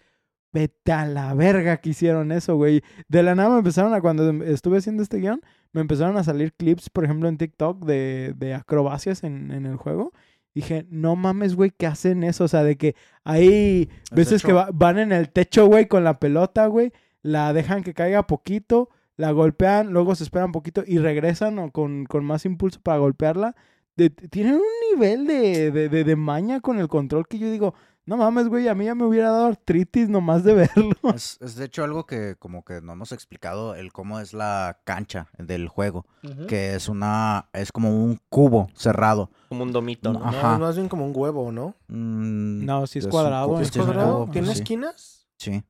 Speaker 1: vete a la verga que hicieron eso, güey. De la nada me empezaron a, cuando em- estuve haciendo este guión, me empezaron a salir clips, por ejemplo, en TikTok de, de acrobacias en, en el juego. Dije, no mames, güey, que hacen eso. O sea, de que hay
Speaker 4: El
Speaker 1: veces que
Speaker 4: techo.
Speaker 1: va- van en el techo, güey, con la pelota, güey. La dejan que caiga poquito, la golpean, luego se esperan poquito y regresan o con, con más impulso para golpearla. De- tienen un nivel de, de, de- de maña con el control que yo digo, no mames, güey, a mí ya me hubiera dado artritis nomás de verlo.
Speaker 4: Es, es de hecho algo que como que no hemos explicado el cómo es la cancha del juego,
Speaker 3: Ujú.
Speaker 4: que es una es como un cubo cerrado.
Speaker 2: Como un domito. ¿no?
Speaker 3: No,
Speaker 4: Ajá.
Speaker 3: es más bien como un huevo, ¿no?
Speaker 4: Mm,
Speaker 1: No, si es
Speaker 4: un
Speaker 1: cuadrado.
Speaker 4: cubo,
Speaker 1: ¿Es
Speaker 4: sí, un
Speaker 1: cuadrado? pues
Speaker 4: cubo,
Speaker 3: ¿Tiene
Speaker 4: sí.
Speaker 3: esquinas?
Speaker 4: Sí.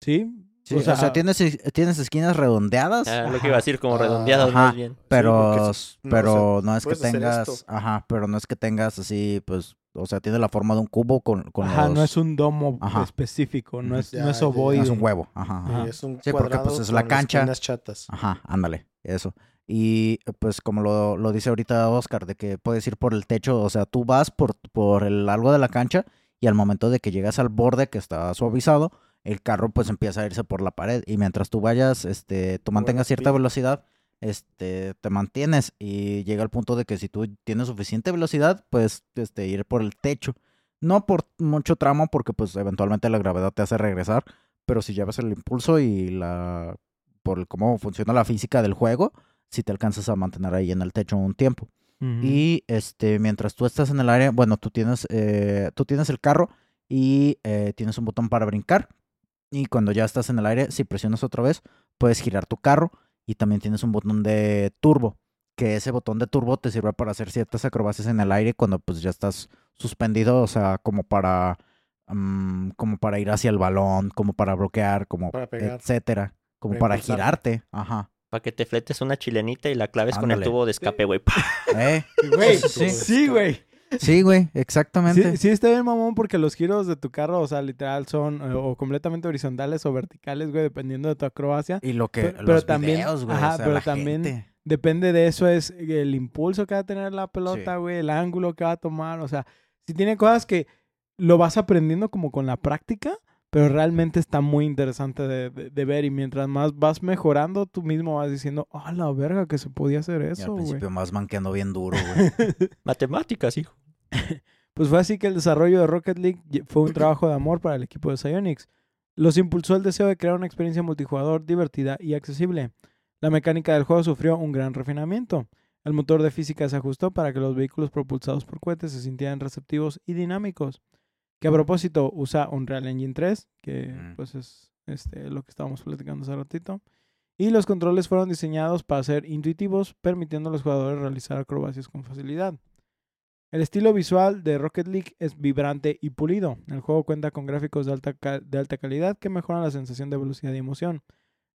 Speaker 1: Sí,
Speaker 4: Sí, o sea, tienes, es- tienes esquinas redondeadas,
Speaker 2: Ah, lo que iba a decir, como
Speaker 3: Ajá.
Speaker 2: redondeadas
Speaker 4: Ajá.
Speaker 2: más bien.
Speaker 3: porque
Speaker 4: pero,
Speaker 3: eso-
Speaker 4: s-
Speaker 3: no, o
Speaker 4: pero
Speaker 3: sea,
Speaker 4: no es que
Speaker 3: puedes hacer
Speaker 4: tengas,
Speaker 3: esto.
Speaker 4: ajá, pero no es que tengas así, pues, o sea, tiene la forma de un cubo con, con
Speaker 1: Ajá, no
Speaker 4: los-
Speaker 1: es un domo
Speaker 4: Ajá.
Speaker 1: específico, no
Speaker 4: Ujú.
Speaker 1: es,
Speaker 3: Ya,
Speaker 1: no es
Speaker 3: ya, ya.
Speaker 1: ovoide.
Speaker 4: no es un huevo, ajá, ajá.
Speaker 1: Ajá.
Speaker 3: Es un
Speaker 4: Sí, porque,
Speaker 3: cuadrado
Speaker 4: pues, es la
Speaker 3: con
Speaker 4: cancha.
Speaker 3: esquinas chatas.
Speaker 4: Ajá, ándale, eso. Y eh, pues como lo, lo dice ahorita Oscar, de que puedes ir por el techo, o sea, tú vas por, por el largo de la cancha y al momento de que llegas al borde que está suavizado, el carro pues empieza a irse por la pared y mientras tú vayas, este, tú mantengas cierta
Speaker 3: Vuelve.
Speaker 4: velocidad, este, te mantienes y llega al punto de que si tú tienes suficiente velocidad, pues, este, ir por el techo. No por mucho tramo porque pues eventualmente la gravedad te hace regresar, pero si llevas el impulso y la por el cómo funciona la física del juego, si te alcanzas a mantener ahí en el techo un tiempo.
Speaker 1: Ujú.
Speaker 4: Y este, mientras tú estás en el área, bueno, tú tienes, eh, tú tienes el carro y eh, tienes un botón para brincar. Y cuando ya estás en el aire, si presionas otra vez, puedes girar tu carro y también tienes un botón de turbo. Que ese botón de turbo te sirve para hacer ciertas acrobacias en el aire cuando pues ya estás suspendido, o sea, como para, mm, como para ir hacia el balón, como para bloquear, como
Speaker 3: Para pegar.
Speaker 4: etcétera, como
Speaker 3: Para
Speaker 4: para
Speaker 3: impulsarte.
Speaker 4: girarte, ajá,
Speaker 2: Para que te fletes una chilenita y la claves con el
Speaker 4: Ándale.
Speaker 2: tubo de escape, güey. ¡Pah!
Speaker 4: Eh,
Speaker 3: Güey,
Speaker 4: Sí.
Speaker 1: pues, Sí, güey.
Speaker 4: sí, güey,
Speaker 1: Sí,
Speaker 4: exactamente.
Speaker 1: sí está bien mamón porque los giros de tu carro, o sea, literal son eh, o completamente horizontales o verticales, güey, dependiendo de tu acrobacia.
Speaker 4: Y lo que
Speaker 1: Pero-
Speaker 4: los
Speaker 1: pero también-
Speaker 4: videos, güey,
Speaker 1: ajá,
Speaker 4: o sea,
Speaker 1: pero
Speaker 4: la
Speaker 1: también-
Speaker 4: gente.
Speaker 1: Depende de eso es el impulso que va a tener la pelota, güey, el ángulo que va a tomar, o sea, si tiene cosas que lo vas aprendiendo como con la práctica, pero realmente está muy interesante de, de- de ver y mientras más vas mejorando, tú mismo vas diciendo, ah, la verga que se podía hacer
Speaker 4: Y
Speaker 1: eso,
Speaker 4: al
Speaker 1: güey.
Speaker 4: principio más manqueando bien duro, güey.
Speaker 2: Matemáticas, hijo.
Speaker 1: Pues fue así que el desarrollo de Rocket League lle- fue un trabajo de amor para el equipo de Psyonix. Los impulsó el deseo de crear una experiencia multijugador divertida y accesible. La mecánica del juego sufrió un gran refinamiento. El motor de física se ajustó para que los vehículos propulsados por cohetes se sintieran receptivos y dinámicos. Que a propósito usa Unreal Engine 3, que
Speaker 4: Mm.
Speaker 1: pues es este, lo que estábamos platicando hace ratito. Y los controles fueron diseñados para ser intuitivos, permitiendo a los jugadores realizar acrobacias con facilidad. El estilo visual de Rocket League es vibrante y pulido. El juego cuenta con gráficos de alta, ca- de alta calidad que mejoran la sensación de velocidad y emoción.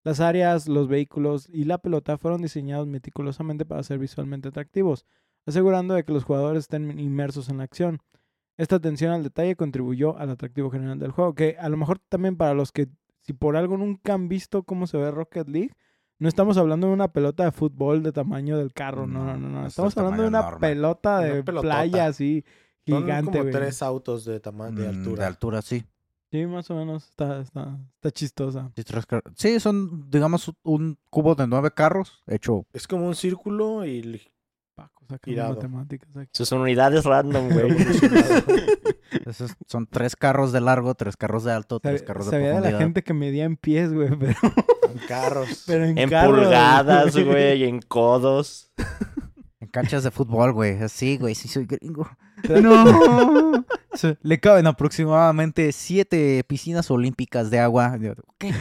Speaker 1: Las áreas, los vehículos y la pelota fueron diseñados meticulosamente para ser visualmente atractivos, asegurando de que los jugadores estén inmersos en la acción. Esta atención al detalle contribuyó al atractivo general del juego, que a lo mejor también para los que si por algo nunca han visto cómo se ve Rocket League, no estamos hablando de una pelota de fútbol de tamaño del carro, no, no,
Speaker 4: No,
Speaker 1: no, no.
Speaker 4: es el
Speaker 1: estamos hablando de
Speaker 4: tamaño
Speaker 1: una
Speaker 4: enorme.
Speaker 1: pelota
Speaker 3: Una
Speaker 1: de
Speaker 3: pelotota.
Speaker 1: playa así
Speaker 3: Son
Speaker 1: gigante,
Speaker 3: como
Speaker 1: güey.
Speaker 3: tres autos de tamaño de
Speaker 4: Mm,
Speaker 3: altura.
Speaker 4: De altura, sí.
Speaker 1: Sí, más o menos está, está, está chistosa.
Speaker 4: Sí, tres car- Sí, son, digamos, un cubo de nueve carros hecho.
Speaker 3: Es como un círculo y el-
Speaker 1: Paco, saca
Speaker 3: Tirado.
Speaker 1: matemáticas aquí.
Speaker 2: Sus unidades random, güey.
Speaker 4: esos son tres carros de largo, tres carros de alto, tres
Speaker 1: Sabe-
Speaker 4: carros de
Speaker 1: sabía de
Speaker 4: profundidad.
Speaker 1: la gente que medía en pies, güey, pero,
Speaker 3: en carros.
Speaker 1: pero en,
Speaker 2: en
Speaker 1: carros,
Speaker 2: pulgadas, güey, en codos.
Speaker 4: En canchas de fútbol, güey. Así, güey, sí soy gringo.
Speaker 1: Te-
Speaker 4: No. Sí, Le caben aproximadamente siete piscinas olímpicas de agua. Yo, ¿Qué?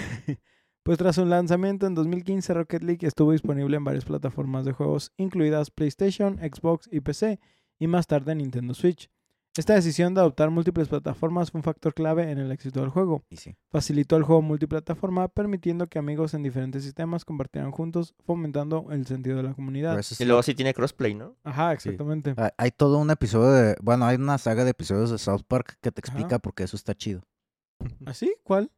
Speaker 1: Pues tras un lanzamiento en 2015, Rocket League estuvo disponible en varias plataformas de juegos, incluidas PlayStation, Xbox y PC, y más tarde Nintendo Switch. Esta decisión de adoptar múltiples plataformas fue un factor clave en el éxito del juego.
Speaker 4: Y sí.
Speaker 1: Facilitó el juego multiplataforma, permitiendo que amigos en diferentes sistemas compartieran juntos, fomentando el sentido de la
Speaker 4: Pero
Speaker 1: comunidad.
Speaker 4: eso
Speaker 2: Y
Speaker 4: sí,
Speaker 2: luego sí tiene crossplay, ¿no?
Speaker 1: Ajá, exactamente.
Speaker 4: hay- Hay todo un episodio de. Bueno, hay una saga de episodios de South Park que te
Speaker 1: Ajá.
Speaker 4: explica por qué eso está chido.
Speaker 1: ¿Así? ¿Ah, ¿Cuál?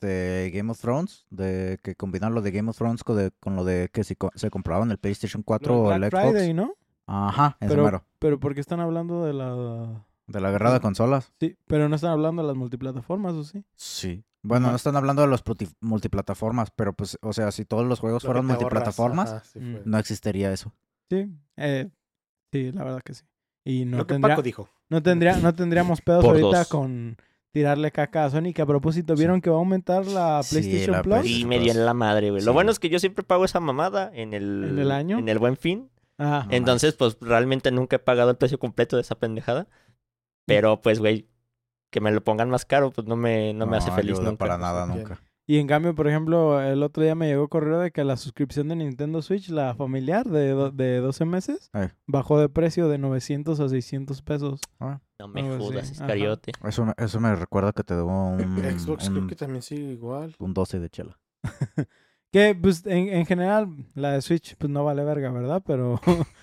Speaker 4: De Game of Thrones, de que combinan lo de Game of Thrones con, de- con lo de que si co- se compraban el PlayStation 4
Speaker 1: Lo
Speaker 4: o
Speaker 1: del
Speaker 4: el
Speaker 1: Black
Speaker 4: Xbox.
Speaker 1: Friday, ¿no?
Speaker 4: Ajá, es
Speaker 1: Pero-
Speaker 4: número.
Speaker 1: Pero porque están hablando de la...
Speaker 4: De la guerra de consolas.
Speaker 1: Sí, pero no están hablando de las multiplataformas, ¿o sí?
Speaker 4: Sí. Bueno,
Speaker 1: Ajá.
Speaker 4: no están hablando de las pruti- multiplataformas, pero pues, o sea, si todos los juegos
Speaker 3: Lo que
Speaker 4: fueron
Speaker 3: te ahorras,
Speaker 4: multiplataformas,
Speaker 3: ajá, sí
Speaker 1: Mm.
Speaker 3: fue.
Speaker 4: no existiría eso.
Speaker 1: Sí. eh, sí, la verdad que sí. Y no
Speaker 3: Lo que
Speaker 1: tendría...
Speaker 3: Paco dijo.
Speaker 1: No, tendría, no tendríamos pedos
Speaker 2: Por
Speaker 1: ahorita
Speaker 2: dos.
Speaker 1: con tirarle caca a Sony, que a propósito, ¿vieron que va a aumentar la
Speaker 4: Sí,
Speaker 1: PlayStation
Speaker 4: la
Speaker 1: Plus?
Speaker 4: Play-
Speaker 2: Y me dio en la madre, güey. Lo
Speaker 4: Sí.
Speaker 2: bueno es que yo siempre pago esa mamada en el...
Speaker 1: ¿En el año?
Speaker 2: En el buen fin.
Speaker 1: Ah,
Speaker 4: No
Speaker 2: Entonces, pues, realmente nunca he pagado el precio completo de esa pendejada. Pero, pues, güey, que me lo pongan más caro, pues, no me, no me hace feliz
Speaker 4: ayuda
Speaker 2: nunca.
Speaker 4: para nada
Speaker 3: Bien.
Speaker 4: nunca.
Speaker 1: y en cambio, por ejemplo, el otro día me llegó correo de que la suscripción de Nintendo Switch, la familiar de, do- de 12 meses,
Speaker 4: Eh.
Speaker 1: bajó de precio de 900 a 600 pesos.
Speaker 2: No me
Speaker 1: Algo así,
Speaker 2: jodas,
Speaker 1: ajá.
Speaker 2: Iscariote.
Speaker 4: Ah, Eso me, eso me recuerda que te debo un,
Speaker 3: Xbox creo
Speaker 4: un,
Speaker 3: que también sigue igual.
Speaker 4: un 12 de chela.
Speaker 1: Que, pues, en, en general, la de Switch, pues, no vale verga, ¿verdad? Pero...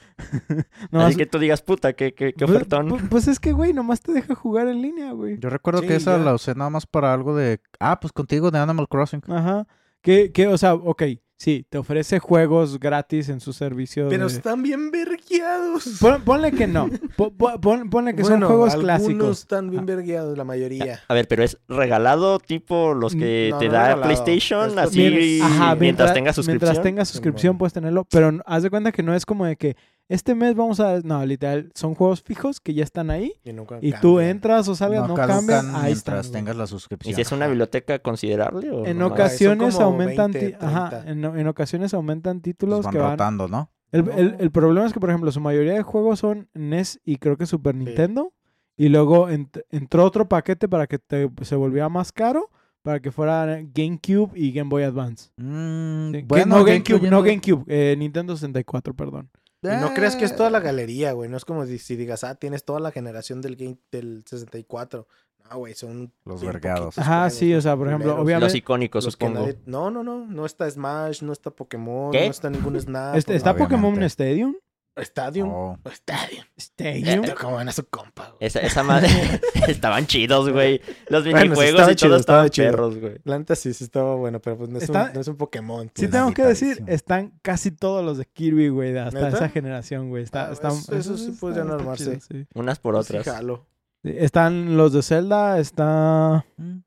Speaker 1: nomás-
Speaker 2: Así que tú digas, puta, qué, qué, qué
Speaker 1: pues-
Speaker 2: ofertón.
Speaker 1: Pues, pues es que, güey, nomás te deja jugar en línea, güey.
Speaker 4: Yo recuerdo
Speaker 3: Sí,
Speaker 4: que esa
Speaker 3: ya.
Speaker 4: la usé nada más para algo de... Ah, pues contigo de Animal Crossing.
Speaker 1: Ajá. Que, que, o sea, ok, sí, te ofrece juegos gratis en su servicio
Speaker 3: Pero
Speaker 1: de-
Speaker 3: están bien vergueados.
Speaker 1: Pon- ponle que no. Po- po- pon- ponle que son
Speaker 3: Bueno,
Speaker 1: juegos
Speaker 3: algunos
Speaker 1: clásicos. Ah.
Speaker 3: están bien vergueados, la mayoría.
Speaker 2: A ver, pero es regalado tipo los que
Speaker 3: No,
Speaker 2: te
Speaker 3: no
Speaker 2: da
Speaker 3: regalado.
Speaker 2: PlayStation,
Speaker 3: Esto
Speaker 2: así
Speaker 3: sí es-
Speaker 1: Ajá,
Speaker 3: mientras
Speaker 2: mientras, tengas suscripción.
Speaker 1: Mientras tengas suscripción
Speaker 3: Simón.
Speaker 1: puedes tenerlo, pero n- haz de cuenta que no es como de que este mes vamos a... No, literal, son juegos fijos que ya están ahí
Speaker 3: Y, nunca
Speaker 1: y tú
Speaker 3: cambian.
Speaker 1: entras o salgas, no,
Speaker 4: caducan
Speaker 1: cambian, ahí están.
Speaker 4: mientras
Speaker 1: güey.
Speaker 4: tengas la
Speaker 2: ¿Y
Speaker 4: suscripción.
Speaker 2: si es una biblioteca considerable o
Speaker 1: En
Speaker 2: no?
Speaker 3: ocas-
Speaker 1: ocasiones
Speaker 3: como
Speaker 1: aumentan... ti-
Speaker 3: 20,
Speaker 1: ajá,
Speaker 3: 30.
Speaker 1: en, en ocasiones aumentan
Speaker 4: Pues
Speaker 1: títulos
Speaker 4: van
Speaker 1: que van...
Speaker 4: rotando, ¿no?
Speaker 1: El, el-
Speaker 3: No.
Speaker 1: el problema es que, por ejemplo, su mayoría de juegos son NES y creo que Super Nintendo. Y luego ent- entró otro paquete para que te- se volviera más caro, para que fuera GameCube y Game Boy Advance.
Speaker 4: Mm,
Speaker 1: Sí, que-
Speaker 4: bueno,
Speaker 1: no
Speaker 4: GameCube
Speaker 1: GameCube, no
Speaker 4: ya-
Speaker 1: GameCube, eh, Nintendo 64, perdón.
Speaker 3: Y no creas que es
Speaker 4: Eh,
Speaker 3: "Ah, toda la galería, güey. No es como si si digas, ah, tienes toda la generación del, game, del 64. Ah, güey, son.
Speaker 4: Los
Speaker 3: bien
Speaker 4: vergados.
Speaker 3: poquitos
Speaker 1: Ajá,
Speaker 3: juegos,
Speaker 1: sí, o sea, por ejemplo,
Speaker 3: culeros.
Speaker 1: obviamente.
Speaker 2: Los icónicos,
Speaker 3: Los que
Speaker 2: supongo.
Speaker 3: nadie- No, no, no. No está Smash, no está Pokémon,
Speaker 2: ¿Qué?
Speaker 3: no está ningún Snap.
Speaker 1: Este-
Speaker 3: no-
Speaker 1: ¿Está Pokémon
Speaker 4: Obviamente.
Speaker 1: Stadium?
Speaker 3: Stadium.
Speaker 4: Oh,
Speaker 3: Stadium.
Speaker 1: Stadium.
Speaker 2: Eh.
Speaker 3: Está como van a su compa, güey.
Speaker 2: Esa, esa madre. estaban chidos, güey. Los
Speaker 3: Bueno, sí,
Speaker 2: minijuegos
Speaker 3: estaba
Speaker 2: y
Speaker 3: chido,
Speaker 2: todo
Speaker 3: estaba
Speaker 2: estaban
Speaker 3: chido.
Speaker 2: perros, güey.
Speaker 3: La neta sí, sí estaba bueno, pero pues no es,
Speaker 1: Está-
Speaker 3: un, no es un Pokémon.
Speaker 1: Sí,
Speaker 3: pues.
Speaker 1: tengo que decir,
Speaker 4: Limitadísimo.
Speaker 1: están casi todos los de Kirby, güey, de hasta
Speaker 3: ¿Neta?
Speaker 1: esa generación, güey. Está,
Speaker 3: Ah,
Speaker 1: está-
Speaker 3: eso- eso sí
Speaker 1: está-
Speaker 3: podrían
Speaker 1: está chido,
Speaker 3: armarse.
Speaker 1: sí.
Speaker 2: Unas por
Speaker 3: Pues sí,
Speaker 2: otras.
Speaker 3: jalo.
Speaker 1: Sí, Están los de Zelda, está
Speaker 4: mm,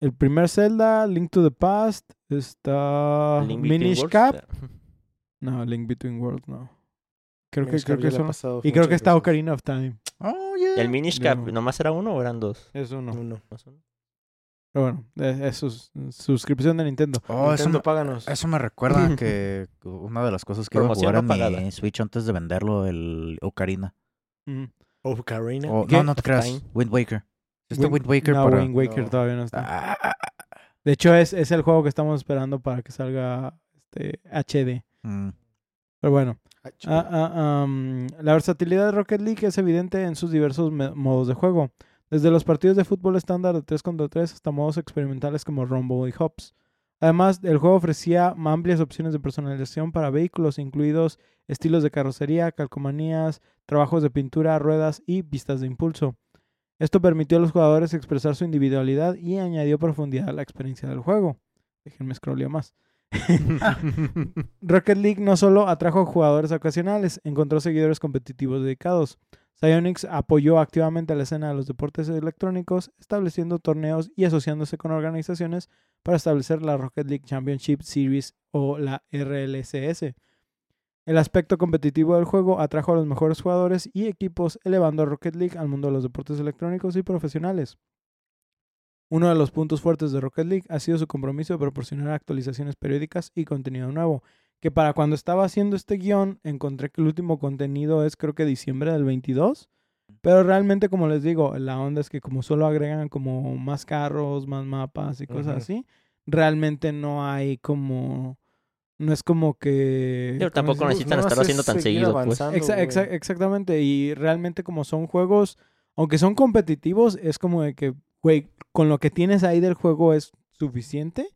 Speaker 1: el primer Zelda, Link to the Past, está
Speaker 2: Link Between
Speaker 1: Minish
Speaker 2: Worlds,
Speaker 1: Cap.
Speaker 2: eh,
Speaker 1: No, Link Between Worlds, no. Creo que,
Speaker 3: Minish
Speaker 1: creo
Speaker 3: Cap
Speaker 1: que
Speaker 3: ya la he
Speaker 1: son-
Speaker 3: pasado
Speaker 1: Y creo que
Speaker 3: muchas
Speaker 1: está
Speaker 3: veces.
Speaker 1: Ocarina of Time.
Speaker 4: Oh, yeah.
Speaker 2: ¿El Minish
Speaker 1: No.
Speaker 2: Cap nomás era uno o eran dos?
Speaker 1: Es uno.
Speaker 3: Uno.
Speaker 2: Más uno.
Speaker 1: Pero bueno, eh, es, sus- suscripción de Nintendo.
Speaker 4: Oh, eso
Speaker 3: Nintendo,
Speaker 4: me,
Speaker 3: páganos.
Speaker 4: eso me recuerda que una de las cosas que iba a
Speaker 2: Promoción
Speaker 4: jugar
Speaker 2: no
Speaker 4: en
Speaker 2: pagada.
Speaker 4: mi Switch antes de venderlo, el Ocarina.
Speaker 1: Ujú.
Speaker 3: Ocarina.
Speaker 2: Oh,
Speaker 3: Pues
Speaker 4: O-
Speaker 1: ¿Qué?
Speaker 4: no, no te
Speaker 2: Time.
Speaker 4: creas. Wind Waker. Este
Speaker 1: Win-
Speaker 4: Wind Waker
Speaker 1: no,
Speaker 4: para...
Speaker 1: Wind Waker
Speaker 3: No.
Speaker 1: todavía no está.
Speaker 4: Ah, ah, ah,
Speaker 1: De hecho, es, es el juego que estamos esperando para que salga este HD.
Speaker 4: mm.
Speaker 1: Pero bueno.
Speaker 3: Ah, chido.
Speaker 1: Ah, ah, am, la versatilidad de Rocket League es evidente en sus diversos me- modos de juego, desde los partidos de fútbol estándar de 3 contra 3 hasta modos experimentales como Rumble y Hops. Además, el juego ofrecía amplias opciones de personalización para vehículos, incluidos estilos de carrocería, calcomanías, trabajos de pintura, ruedas y pistas de impulso. Esto permitió a los jugadores expresar su individualidad y añadió profundidad a la experiencia del juego. Déjenme scrolleo más. Rocket League no solo atrajo jugadores ocasionales, encontró seguidores competitivos dedicados. Psyonix apoyó activamente a la escena de los deportes electrónicos, estableciendo torneos y asociándose con organizaciones para establecer la Rocket League Championship Series o la RLCS. El aspecto competitivo del juego atrajo a los mejores jugadores y equipos, elevando a Rocket League al mundo de los deportes electrónicos y profesionales. Uno de los puntos fuertes de Rocket League ha sido su compromiso de proporcionar actualizaciones periódicas y contenido nuevo, que para cuando estaba haciendo este guión encontré que el último contenido es creo que diciembre del 22, pero realmente como les digo, la onda es que como solo agregan como más carros, más mapas y cosas
Speaker 3: Ujú.
Speaker 1: así, realmente no hay como... No es como que...
Speaker 2: Digo,
Speaker 1: ¿cómo
Speaker 2: tampoco
Speaker 1: se dice?
Speaker 2: necesitan
Speaker 3: Nada más
Speaker 2: estarlo haciendo
Speaker 3: es
Speaker 2: tan
Speaker 3: seguir
Speaker 2: seguido, pues.
Speaker 3: avanzando,
Speaker 1: Exa-
Speaker 3: güey.
Speaker 1: exa- exactamente, y realmente como son juegos, aunque son competitivos, es como de que, güey, con lo que tienes ahí del juego es suficiente.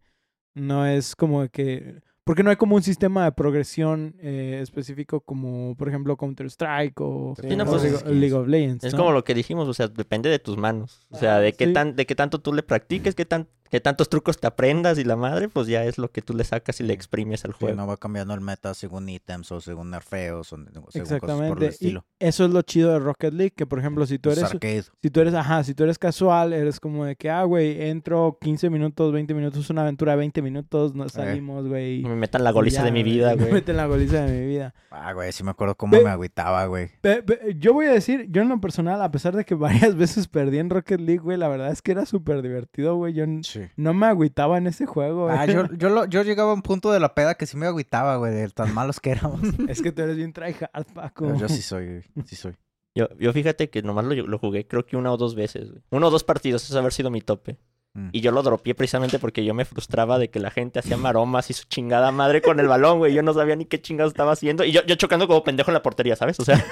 Speaker 1: No es como de que... Porque no hay como un sistema de progresión eh, específico como, por ejemplo, Counter-Strike o,
Speaker 3: Sí,
Speaker 2: no,
Speaker 1: o
Speaker 2: pues,
Speaker 1: League,
Speaker 2: es
Speaker 1: o League of Legends.
Speaker 2: Es
Speaker 1: ¿no?
Speaker 2: como lo que dijimos, o sea, depende de tus manos. O sea,
Speaker 1: Ah,
Speaker 2: de qué
Speaker 1: sí.
Speaker 2: tan, de qué tanto tú le practiques, qué tan, qué tantos trucos te aprendas y la madre, pues ya es lo que tú le sacas y le
Speaker 4: Sí.
Speaker 2: exprimes al
Speaker 4: Sí,
Speaker 2: juego.
Speaker 4: no va cambiando el meta según ítems o según nerfeos o según cosas por el
Speaker 1: Exactamente. Y
Speaker 4: estilo.
Speaker 1: eso es lo chido de Rocket League, que por ejemplo, si tú
Speaker 4: Es
Speaker 1: eres...
Speaker 4: arcade.
Speaker 1: Si tú eres, ajá, si tú eres casual, eres como de que, ah, güey, entro 15 minutos, 20 minutos, una aventura de 20 minutos, nos
Speaker 4: Eh.
Speaker 1: salimos, güey. y-
Speaker 2: Me metan la goliza
Speaker 1: Ya,
Speaker 2: de mi vida,
Speaker 1: Me
Speaker 2: güey.
Speaker 1: meten la goliza de mi vida.
Speaker 4: Ah, güey, sí me acuerdo cómo
Speaker 1: Ve-
Speaker 4: me agüitaba, güey.
Speaker 1: Pe- pe- yo voy a decir, yo en lo personal, a pesar de que varias veces perdí en Rocket League, güey, la verdad es que era súper divertido, güey. Yo n-
Speaker 4: Sí.
Speaker 1: no me agüitaba en ese juego, eh. güey.
Speaker 4: Ah, yo, yo, lo- yo llegaba a un punto de la peda que sí me agüitaba, güey, de tan malos que éramos.
Speaker 1: Es que tú eres bien tryhard, Paco.
Speaker 4: Pero yo sí soy, güey, sí soy.
Speaker 2: Yo, yo fíjate que nomás lo, lo jugué creo que una o dos veces, güey. Uno o dos partidos, eso es haber sido mi tope.
Speaker 4: Mm.
Speaker 2: Y yo lo dropié precisamente porque yo me frustraba de que la gente hacía maromas y su chingada madre con el balón, güey. Yo no sabía ni qué chingados estaba haciendo. Y yo, yo chocando como pendejo en la portería, ¿sabes? O sea,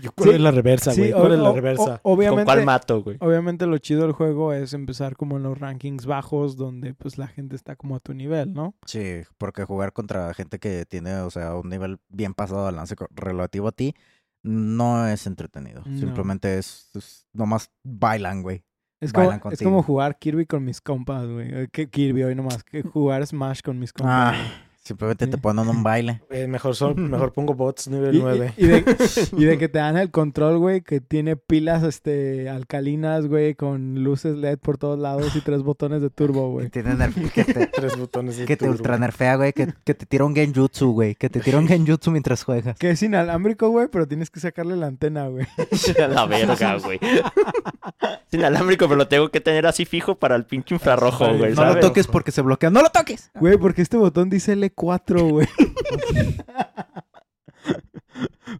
Speaker 3: Yo- ¿Cuál
Speaker 1: Sí.
Speaker 3: es la reversa,
Speaker 1: Sí,
Speaker 3: güey?
Speaker 1: o-
Speaker 3: ¿Cuál es la
Speaker 1: o-
Speaker 3: reversa?
Speaker 1: o-
Speaker 2: ¿con
Speaker 1: obviamente,
Speaker 2: cuál mato, güey?
Speaker 1: obviamente lo chido del juego es empezar como en los rankings bajos, donde pues la gente está como a tu nivel, ¿no?
Speaker 4: Sí, porque jugar contra gente que tiene, o sea, un nivel bien pasado de lance co- relativo a ti, no es entretenido.
Speaker 1: No.
Speaker 4: Simplemente es, es- nomás bailan, güey.
Speaker 1: Es como,
Speaker 4: Bailan
Speaker 1: es
Speaker 4: contigo.
Speaker 1: como jugar Kirby con mis compas, güey. Eh, que Kirby hoy nomás, que jugar Smash con mis compas.
Speaker 4: Ah,
Speaker 1: güey.
Speaker 4: simplemente
Speaker 1: Sí.
Speaker 4: te ponen un baile.
Speaker 3: Eh, mejor, son, mejor pongo bots
Speaker 1: Y-
Speaker 3: nivel
Speaker 1: y-
Speaker 3: 9.
Speaker 1: Y, de, y de que te dan el control, güey, que tiene pilas este, alcalinas, güey, con luces LED por todos lados y tres botones de turbo,
Speaker 4: Y
Speaker 1: güey. Este
Speaker 4: tienen el- que te,
Speaker 3: Tres botones de
Speaker 4: que te
Speaker 3: turbo.
Speaker 4: ultra nerfea, güey, que, que te tira un genjutsu, güey, que te tira un genjutsu mientras juegas.
Speaker 1: Que es inalámbrico, güey, pero tienes que sacarle la antena, güey.
Speaker 2: A la verga, güey. Es inalámbrico, pero lo tengo que tener así fijo para el pinche infrarrojo, güey.
Speaker 4: No lo
Speaker 2: ¿sabes?
Speaker 4: toques porque se bloquea. ¡No lo toques!
Speaker 1: Güey, porque este botón dice L4, güey.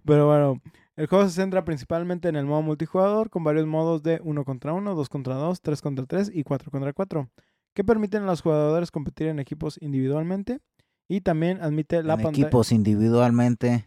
Speaker 1: Pero bueno, el juego se centra principalmente en el modo multijugador, con varios modos de 1 contra 1, 2 contra 2, 3 contra 3 y 4 contra 4, que permiten a los jugadores competir en equipos individualmente y también admite la
Speaker 4: en
Speaker 1: pantalla. Mm.
Speaker 4: equipos individualmente.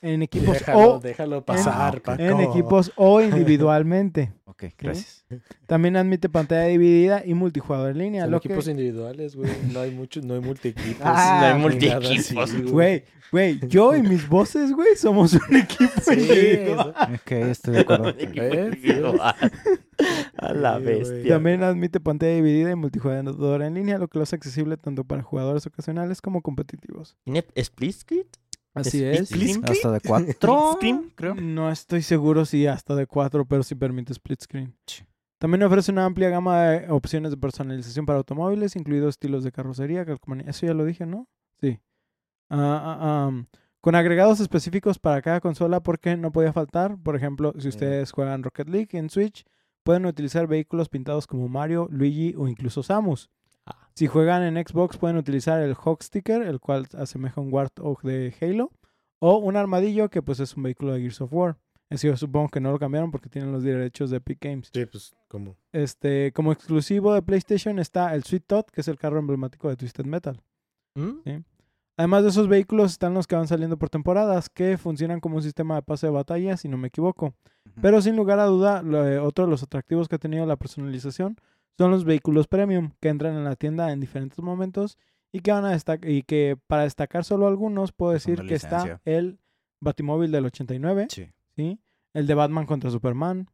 Speaker 1: en equipos
Speaker 3: Déjalo,
Speaker 1: o
Speaker 3: déjalo pasar,
Speaker 4: ok.
Speaker 3: Paco.
Speaker 1: en equipos o individualmente.
Speaker 4: Ok, gracias.
Speaker 1: También admite pantalla dividida y multijugador en línea.
Speaker 3: Son
Speaker 1: Lo que,
Speaker 3: equipos individuales, güey. No hay muchos, no hay multiequipos.
Speaker 4: Ah,
Speaker 3: ni
Speaker 4: no hay
Speaker 3: nada
Speaker 2: multiequipos,
Speaker 3: así,
Speaker 1: güey, güey, yo y mis voces, güey, somos un equipo individual.
Speaker 4: Ok, estoy de acuerdo.
Speaker 3: ¿Eh?
Speaker 2: ah. A la
Speaker 3: Sí, güey.
Speaker 2: bestia.
Speaker 1: También admite pantalla dividida y multijugador en línea, lo que lo hace accesible tanto para jugadores ocasionales como competitivos.
Speaker 2: ¿Tiene split screen?
Speaker 1: Así
Speaker 2: ¿Split
Speaker 1: es.
Speaker 2: screen?
Speaker 4: Hasta de cuatro.
Speaker 2: Scream,
Speaker 4: creo.
Speaker 1: No estoy seguro si hasta de 4, pero sí permite split screen.
Speaker 4: Ch.
Speaker 1: También ofrece una amplia gama de opciones de personalización para automóviles, incluidos estilos de carrocería, calcomanía. Eso ya lo dije, ¿no? Sí. Ah, ah, am, con agregados específicos para cada consola porque no podía faltar. Por ejemplo, si ustedes juegan Rocket League en Switch, pueden utilizar vehículos pintados como Mario, Luigi o incluso Samus.
Speaker 2: Ah.
Speaker 1: Si juegan en Xbox, pueden utilizar el Hawk Sticker, el cual asemeja un Warthog de Halo. O un armadillo que pues es un vehículo de Gears of War. Así yo supongo que no lo cambiaron porque tienen los derechos de Epic Games.
Speaker 3: Sí, pues, ¿cómo?
Speaker 1: Este, como exclusivo de PlayStation está el Sweet Todd, que es el carro emblemático de Twisted Metal.
Speaker 2: ¿Mm?
Speaker 1: Además de esos vehículos están los que van saliendo por temporadas, que funcionan como un sistema de pase de batalla, si no me equivoco. Pero sin lugar a duda, lo- eh, otro de los atractivos que ha tenido la personalización son los vehículos premium, que entran en la tienda en diferentes momentos y que van a destac- y que para destacar solo algunos puedo
Speaker 4: son de
Speaker 1: decir que está
Speaker 4: licencia.
Speaker 1: el Batimóvil del 89,
Speaker 4: Sí.
Speaker 1: ¿sí? El de Batman contra Superman,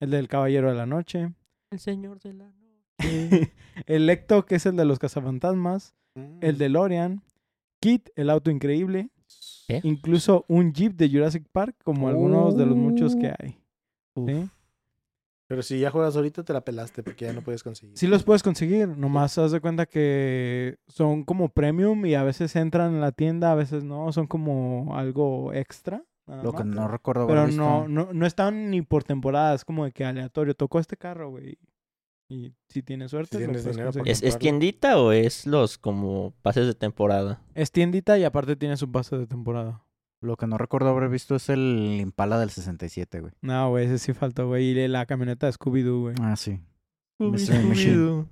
Speaker 1: el del Caballero de la Noche,
Speaker 2: El señor de la
Speaker 1: el Lecto, que es el de los cazafantasmas, el DeLorean, Kit, el auto increíble,
Speaker 2: ¿Eh?
Speaker 1: incluso un Jeep de Jurassic Park, como algunos de los muchos que hay. ¿sí?
Speaker 3: Pero si ya juegas ahorita, te la pelaste porque ya no puedes conseguir.
Speaker 1: Sí los puedes conseguir, nomás haz de cuenta que son como premium y a veces entran en la tienda, a veces no, son como algo extra. nada
Speaker 4: Lo que
Speaker 1: más.
Speaker 4: no recuerdo haber
Speaker 1: Pero
Speaker 4: visto.
Speaker 1: no, no, no están ni por temporada, es como de que aleatorio. Tocó este carro, güey. Y si tienes suerte,
Speaker 3: Si
Speaker 1: lo
Speaker 3: tienes
Speaker 1: puedes
Speaker 3: dinero para
Speaker 1: conseguir.
Speaker 2: ¿Es,
Speaker 1: es,
Speaker 2: ¿Es tiendita o es los como pases de temporada?
Speaker 1: tiendita y aparte tiene su pase de temporada.
Speaker 4: Lo que no recuerdo haber visto es el Impala del 67, güey.
Speaker 1: No, güey, ese sí faltó, güey. Y la camioneta de Scooby-Doo, güey.
Speaker 4: Ah, sí. Mystery
Speaker 2: Scooby-Doo.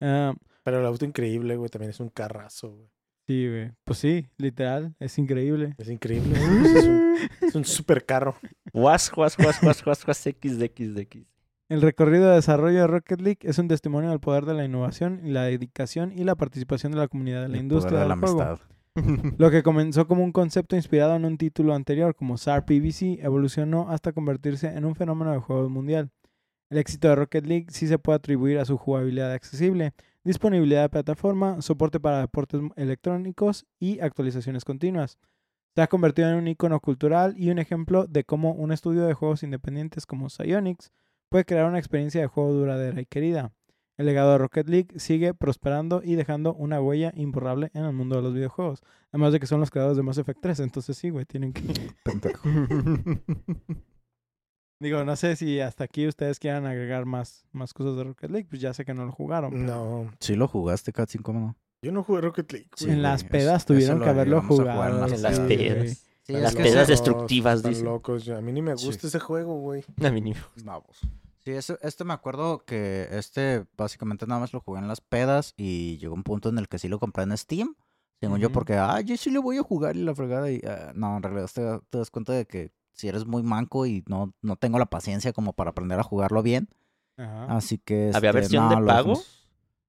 Speaker 1: Ah,
Speaker 3: Pero el auto increíble, güey, también es un carrazo, güey.
Speaker 1: sí, güey. Pues sí, literal. Es increíble.
Speaker 3: Es increíble. güey, pues es, un, es un super carro.
Speaker 2: Guas, guas, guas, guas, guas, guas, x, x, x.
Speaker 1: El recorrido de desarrollo de Rocket League es un testimonio del poder de la innovación y la dedicación y la participación de la comunidad de la
Speaker 4: El
Speaker 1: industria
Speaker 4: poder de
Speaker 1: del
Speaker 4: la
Speaker 1: juego.
Speaker 4: amistad.
Speaker 1: Lo que comenzó como un concepto inspirado en un título anterior como SAR PVC evolucionó hasta convertirse en un fenómeno de juegos mundial. El éxito de Rocket League sí se puede atribuir a su jugabilidad accesible, disponibilidad de plataforma, soporte para deportes electrónicos y actualizaciones continuas. Se ha convertido en un icono cultural y un ejemplo de cómo un estudio de juegos independientes como Psyonix puede crear una experiencia de juego duradera y querida. El legado de Rocket League sigue prosperando y dejando una huella imborrable en el mundo de los videojuegos. Además de que son los creadores de Mass Effect 3, entonces sí, güey, tienen que...
Speaker 4: Pendejo.
Speaker 1: Digo, no sé si hasta aquí ustedes quieran agregar más, más cosas de Rocket League, pues ya sé que no lo jugaron. pero
Speaker 3: No.
Speaker 4: Sí lo jugaste, Katsin, ¿cómo no?
Speaker 3: Yo no jugué Rocket League,
Speaker 4: Sí,
Speaker 3: güey.
Speaker 1: en las
Speaker 4: es-
Speaker 1: pedas
Speaker 4: eso
Speaker 1: tuvieron
Speaker 4: lo
Speaker 1: que haberlo
Speaker 4: íbamos a jugar
Speaker 1: jugado.
Speaker 4: en
Speaker 2: las
Speaker 1: sí,
Speaker 2: pedas.
Speaker 1: güey.
Speaker 2: pedas. Las
Speaker 3: Están
Speaker 2: pedas
Speaker 3: locos,
Speaker 2: destructivas,
Speaker 3: están
Speaker 2: dicen.
Speaker 3: locos. yo- A mí ni me gusta
Speaker 4: Sí.
Speaker 3: ese juego, güey.
Speaker 2: A mí ni-
Speaker 1: pues,
Speaker 4: Sí, eso, este me acuerdo que este básicamente nada más lo jugué en las pedas y llegó un punto en el que sí lo compré en Steam. Según yo,
Speaker 1: Ujú.
Speaker 4: porque, ah, yo sí le voy a jugar y la fregada. Y, ah, no, en realidad te, te das cuenta de que si eres muy manco y no, no tengo la paciencia como para aprender a jugarlo bien.
Speaker 1: Ajá.
Speaker 4: Así que.
Speaker 2: ¿Había
Speaker 4: este,
Speaker 2: versión
Speaker 4: no,
Speaker 2: de
Speaker 4: lo
Speaker 2: pago?
Speaker 4: dejamos.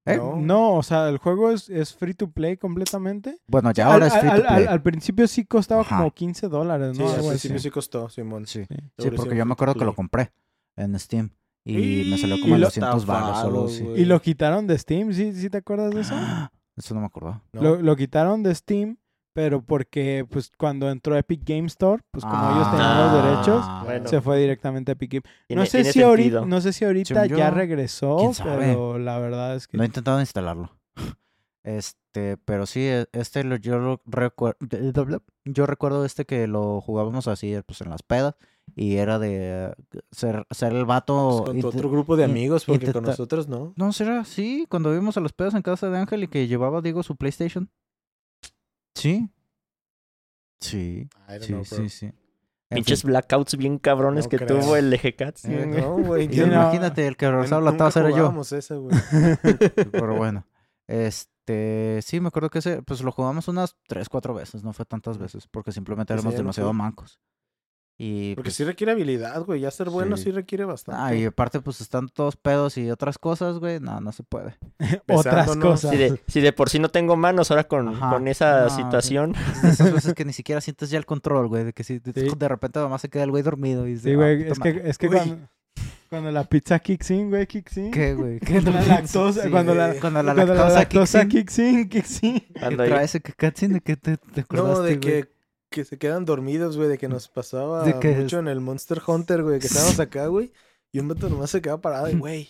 Speaker 4: ¿Eh?
Speaker 3: No.
Speaker 1: No, o sea, el juego es, es free to play completamente.
Speaker 4: Bueno, ya
Speaker 1: Al-
Speaker 4: ahora es
Speaker 1: al,
Speaker 4: free to
Speaker 1: al-
Speaker 4: play.
Speaker 1: al- al principio sí costaba
Speaker 4: Ajá.
Speaker 1: como 15 dólares,
Speaker 3: Sí,
Speaker 1: ¿no?
Speaker 3: al
Speaker 1: Algo así.
Speaker 3: principio sí costó, Simón.
Speaker 1: Sí.
Speaker 4: Sí. Sí,
Speaker 3: Sobre
Speaker 4: porque
Speaker 3: si
Speaker 4: yo
Speaker 3: un
Speaker 4: me acuerdo que lo
Speaker 3: free-to-play.
Speaker 4: compré en Steam. Y me salió
Speaker 3: Y
Speaker 4: como en
Speaker 1: lo
Speaker 4: 200 baros solo.
Speaker 3: estafados,
Speaker 4: sí.
Speaker 3: güey.
Speaker 1: Y lo quitaron de Steam, ¿sí, ¿sí te acuerdas de eso?
Speaker 4: Eso Ah, no me acuerdo.
Speaker 3: No.
Speaker 1: Lo, lo quitaron de Steam, pero porque pues cuando entró Epic Game Store, pues como ellos tenían los
Speaker 2: Ah,
Speaker 1: derechos, pues,
Speaker 2: bueno.
Speaker 1: se fue directamente a Epic Game.
Speaker 2: tiene-
Speaker 1: no, sé
Speaker 2: tiene
Speaker 1: si ahorita,
Speaker 2: sentido.
Speaker 1: no sé si ahorita
Speaker 4: Según yo,
Speaker 1: ya regresó,
Speaker 4: quién sabe.
Speaker 1: pero la verdad es que...
Speaker 4: No he intentado instalarlo. Este, pero sí, e- este lo, yo lo recuerdo. Yo recuerdo este que lo jugábamos así, eh, pues en las pedas. Y era de eh, ser, ser el vato.
Speaker 3: Pues con tu
Speaker 4: inte-
Speaker 3: otro grupo de
Speaker 4: in-
Speaker 3: amigos, porque con
Speaker 4: intenta-
Speaker 3: nosotros no.
Speaker 4: No, será, sí, cuando vimos a los pedos en casa de Ángel y que llevaba Diego su PlayStation. Sí. Sí.
Speaker 3: I don't
Speaker 4: Sí,
Speaker 3: know, bro.
Speaker 4: sí, sí. En
Speaker 2: Pinches
Speaker 4: fin,
Speaker 2: blackouts bien cabrones
Speaker 3: No
Speaker 2: que
Speaker 3: creo.
Speaker 2: tuvo el Ejecats.
Speaker 4: Eh,
Speaker 2: güey.
Speaker 3: No, güey.
Speaker 1: Sí,
Speaker 3: yo
Speaker 1: no.
Speaker 4: Imagínate, el que abrazaba la
Speaker 3: Nunca
Speaker 4: taza era yo.
Speaker 3: jugábamos ese, güey.
Speaker 4: Pero bueno. Este, sí, me acuerdo que ese, pues lo jugamos unas tres, cuatro veces, no fue tantas veces, porque simplemente
Speaker 3: Ese
Speaker 1: Pues
Speaker 4: éramos
Speaker 3: ya no
Speaker 4: demasiado
Speaker 3: fue.
Speaker 4: mancos. Y
Speaker 3: Porque
Speaker 4: pues,
Speaker 3: sí requiere habilidad, güey. Ya ser bueno
Speaker 4: Sí.
Speaker 3: sí, requiere bastante.
Speaker 4: ah, y aparte, pues están todos pedos y otras cosas, güey. No, no se puede.
Speaker 1: Otras
Speaker 3: Besándonos.
Speaker 1: cosas.
Speaker 2: Si de, si de por sí no tengo manos ahora con,
Speaker 4: Ajá.
Speaker 2: con esa
Speaker 4: No, sí.
Speaker 2: situación.
Speaker 4: Es de esas veces que ni siquiera sientes ya el control, güey. De que si de-
Speaker 1: Sí.
Speaker 4: de repente nomás se queda el güey dormido y dice,
Speaker 1: Sí,
Speaker 4: "Ah,
Speaker 1: güey,
Speaker 4: puta
Speaker 1: es
Speaker 4: madre".
Speaker 1: que, es que
Speaker 3: Uy.
Speaker 1: cuando, cuando la pizza kicks in, güey, kicks in.
Speaker 4: ¿Qué, güey? ¿Qué
Speaker 1: Cuando la
Speaker 4: no-
Speaker 1: lactosa- cuando la-
Speaker 4: cuando la
Speaker 1: Cuando
Speaker 4: lactosa, kicks
Speaker 1: kicks
Speaker 4: in,
Speaker 1: in, kicks in.
Speaker 2: Ando
Speaker 4: que
Speaker 2: ahí.
Speaker 4: trae ese que cutscene de que te, te
Speaker 3: No,
Speaker 4: acordaste,
Speaker 3: de
Speaker 4: güey.
Speaker 3: que, que se quedan dormidos, güey, de que nos pasaba
Speaker 4: De que
Speaker 3: mucho en el Monster Hunter, güey, que estábamos acá, güey, y un vato nomás se quedaba parado y, güey,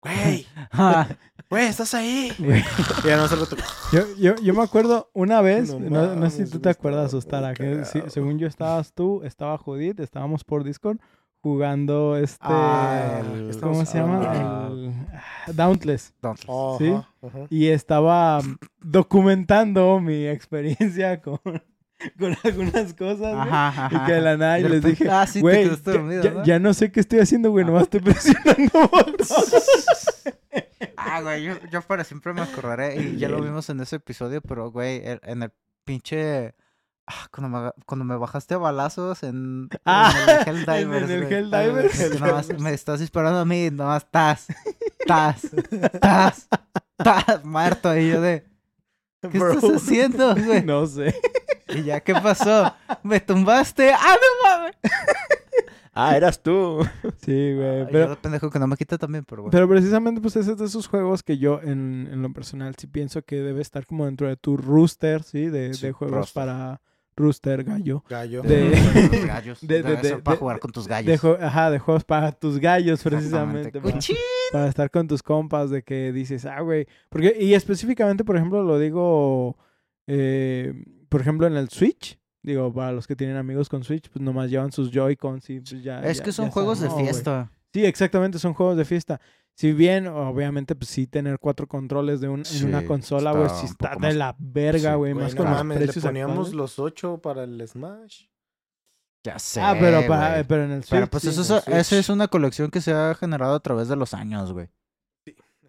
Speaker 3: güey,
Speaker 4: Ah,
Speaker 3: güey, estás ahí.
Speaker 1: Güey.
Speaker 3: Y ya no se rato.
Speaker 1: Yo, yo, yo me acuerdo una vez, no,
Speaker 3: No
Speaker 1: no sé si
Speaker 3: mames,
Speaker 1: tú te
Speaker 3: güey,
Speaker 1: acuerdas,
Speaker 3: estaba muy
Speaker 1: Ostara, que si-
Speaker 3: cagado.
Speaker 1: según yo estabas tú, estaba Judith, estábamos por Discord jugando este...
Speaker 4: Ah, el-
Speaker 1: ¿Cómo se llama?
Speaker 4: Ah.
Speaker 1: El, ah, Dauntless.
Speaker 4: entonces,
Speaker 3: Ajá,
Speaker 1: Sí.
Speaker 3: ajá.
Speaker 1: Y estaba documentando mi experiencia con, con algunas cosas, güey.
Speaker 4: Ajá, ajá.
Speaker 1: Y que de la nada y
Speaker 4: De
Speaker 1: les
Speaker 4: repente,
Speaker 1: dije,
Speaker 4: ah, sí, te
Speaker 1: güey,
Speaker 4: quedaste
Speaker 1: ya-
Speaker 4: dormido,
Speaker 1: ya,
Speaker 4: ¿no?"
Speaker 1: ya no sé qué estoy haciendo, güey, nomás estoy presionando botones.
Speaker 4: Ah, güey, yo, yo para siempre me acordaré y ya lo vimos en ese episodio, pero güey, el- en el pinche ah, cuando me, aga- cuando me bajaste a balazos en, en
Speaker 1: Ah,
Speaker 4: el
Speaker 1: en
Speaker 4: Helldivers,
Speaker 1: el
Speaker 4: güey.
Speaker 1: Helldivers.
Speaker 4: Que nomás me estás disparando a mí, nomás estás, estás, estás, estás muerto y yo de ¿Qué
Speaker 3: Bro.
Speaker 4: estás haciendo, güey?
Speaker 1: No sé.
Speaker 4: Y ya, ¿qué pasó? ¿Me tumbaste? ¡Ah, no mames!
Speaker 2: Ah, eras tú.
Speaker 1: Sí,
Speaker 4: Ay,
Speaker 1: güey,
Speaker 4: yo
Speaker 1: pero...
Speaker 4: de pendejo que no me quita también, pero bueno.
Speaker 1: Pero precisamente, pues ese es de esos juegos que yo, en, en lo personal, sí pienso que debe estar como dentro de tu rooster, ¿sí? De,
Speaker 4: Sí,
Speaker 1: de juegos
Speaker 4: roster.
Speaker 1: para rooster, gallo.
Speaker 3: Gallo.
Speaker 1: de-
Speaker 4: tus gallos.
Speaker 1: de- de-
Speaker 4: debe ser
Speaker 1: de-
Speaker 4: para
Speaker 1: de-
Speaker 4: jugar con tus gallos.
Speaker 1: De jue- ajá, de juegos para tus gallos,
Speaker 4: Exactamente,
Speaker 1: precisamente. Para,
Speaker 4: cuchi.
Speaker 1: para estar con tus compas, de que dices, ah, güey. Porque, y específicamente, por ejemplo, lo digo, eh, por ejemplo, en el Switch. Digo, para los que tienen amigos con Switch, pues nomás llevan sus Joy-Cons y pues ya.
Speaker 4: Es
Speaker 1: ya-
Speaker 4: que
Speaker 1: ya
Speaker 4: son
Speaker 1: se
Speaker 4: juegos de
Speaker 1: armó, güey.
Speaker 4: fiesta.
Speaker 1: Sí, exactamente, son juegos de fiesta. Si bien, obviamente, pues sí, tener cuatro controles de un, en una
Speaker 4: Sí,
Speaker 1: consola,
Speaker 4: está
Speaker 1: güey, sí
Speaker 4: un
Speaker 1: está
Speaker 4: poco
Speaker 1: de
Speaker 4: más-
Speaker 1: la verga,
Speaker 4: sí,
Speaker 1: güey,
Speaker 3: Güey,
Speaker 1: más
Speaker 3: no
Speaker 1: con los
Speaker 3: mames, le
Speaker 1: precios
Speaker 3: poníamos
Speaker 1: actuales.
Speaker 3: los ocho para el Smash.
Speaker 4: Ya sé.
Speaker 1: ah, pero, para-
Speaker 4: güey.
Speaker 1: pero en el Switch.
Speaker 4: Pero pues
Speaker 1: sí,
Speaker 4: eso,
Speaker 1: güey.
Speaker 4: es-
Speaker 3: en el
Speaker 4: eso es
Speaker 3: Switch.
Speaker 4: una colección que se ha generado a través de los años, güey.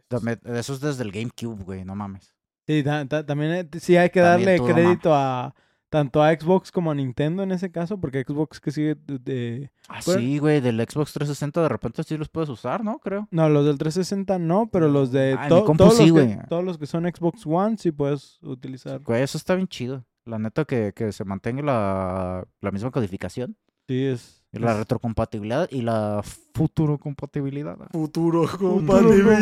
Speaker 4: Dame- Eso es desde el GameCube, güey, no mames.
Speaker 1: Sí, ta- ta- también eh, sí hay que
Speaker 4: También
Speaker 1: darle
Speaker 4: tú no
Speaker 1: crédito a tanto a Xbox como a Nintendo en ese caso, porque Xbox que sigue de- de-
Speaker 4: Ah,
Speaker 1: Bueno.
Speaker 4: sí, güey, del Xbox 360 de repente sí los puedes usar, ¿no? Creo.
Speaker 1: No, los del 360 no, pero los de...
Speaker 4: Ah, en
Speaker 1: to-
Speaker 4: mi compu
Speaker 1: todos,
Speaker 4: sí,
Speaker 1: los que,
Speaker 4: güey.
Speaker 1: todos los que son Xbox One sí puedes utilizar.
Speaker 4: Güey, eso está bien chido. La neta que, que se mantenga la, la misma codificación,
Speaker 1: Sí, es...
Speaker 4: y la
Speaker 1: es-
Speaker 4: retrocompatibilidad y la futurocompatibilidad.
Speaker 3: Futuro
Speaker 1: El-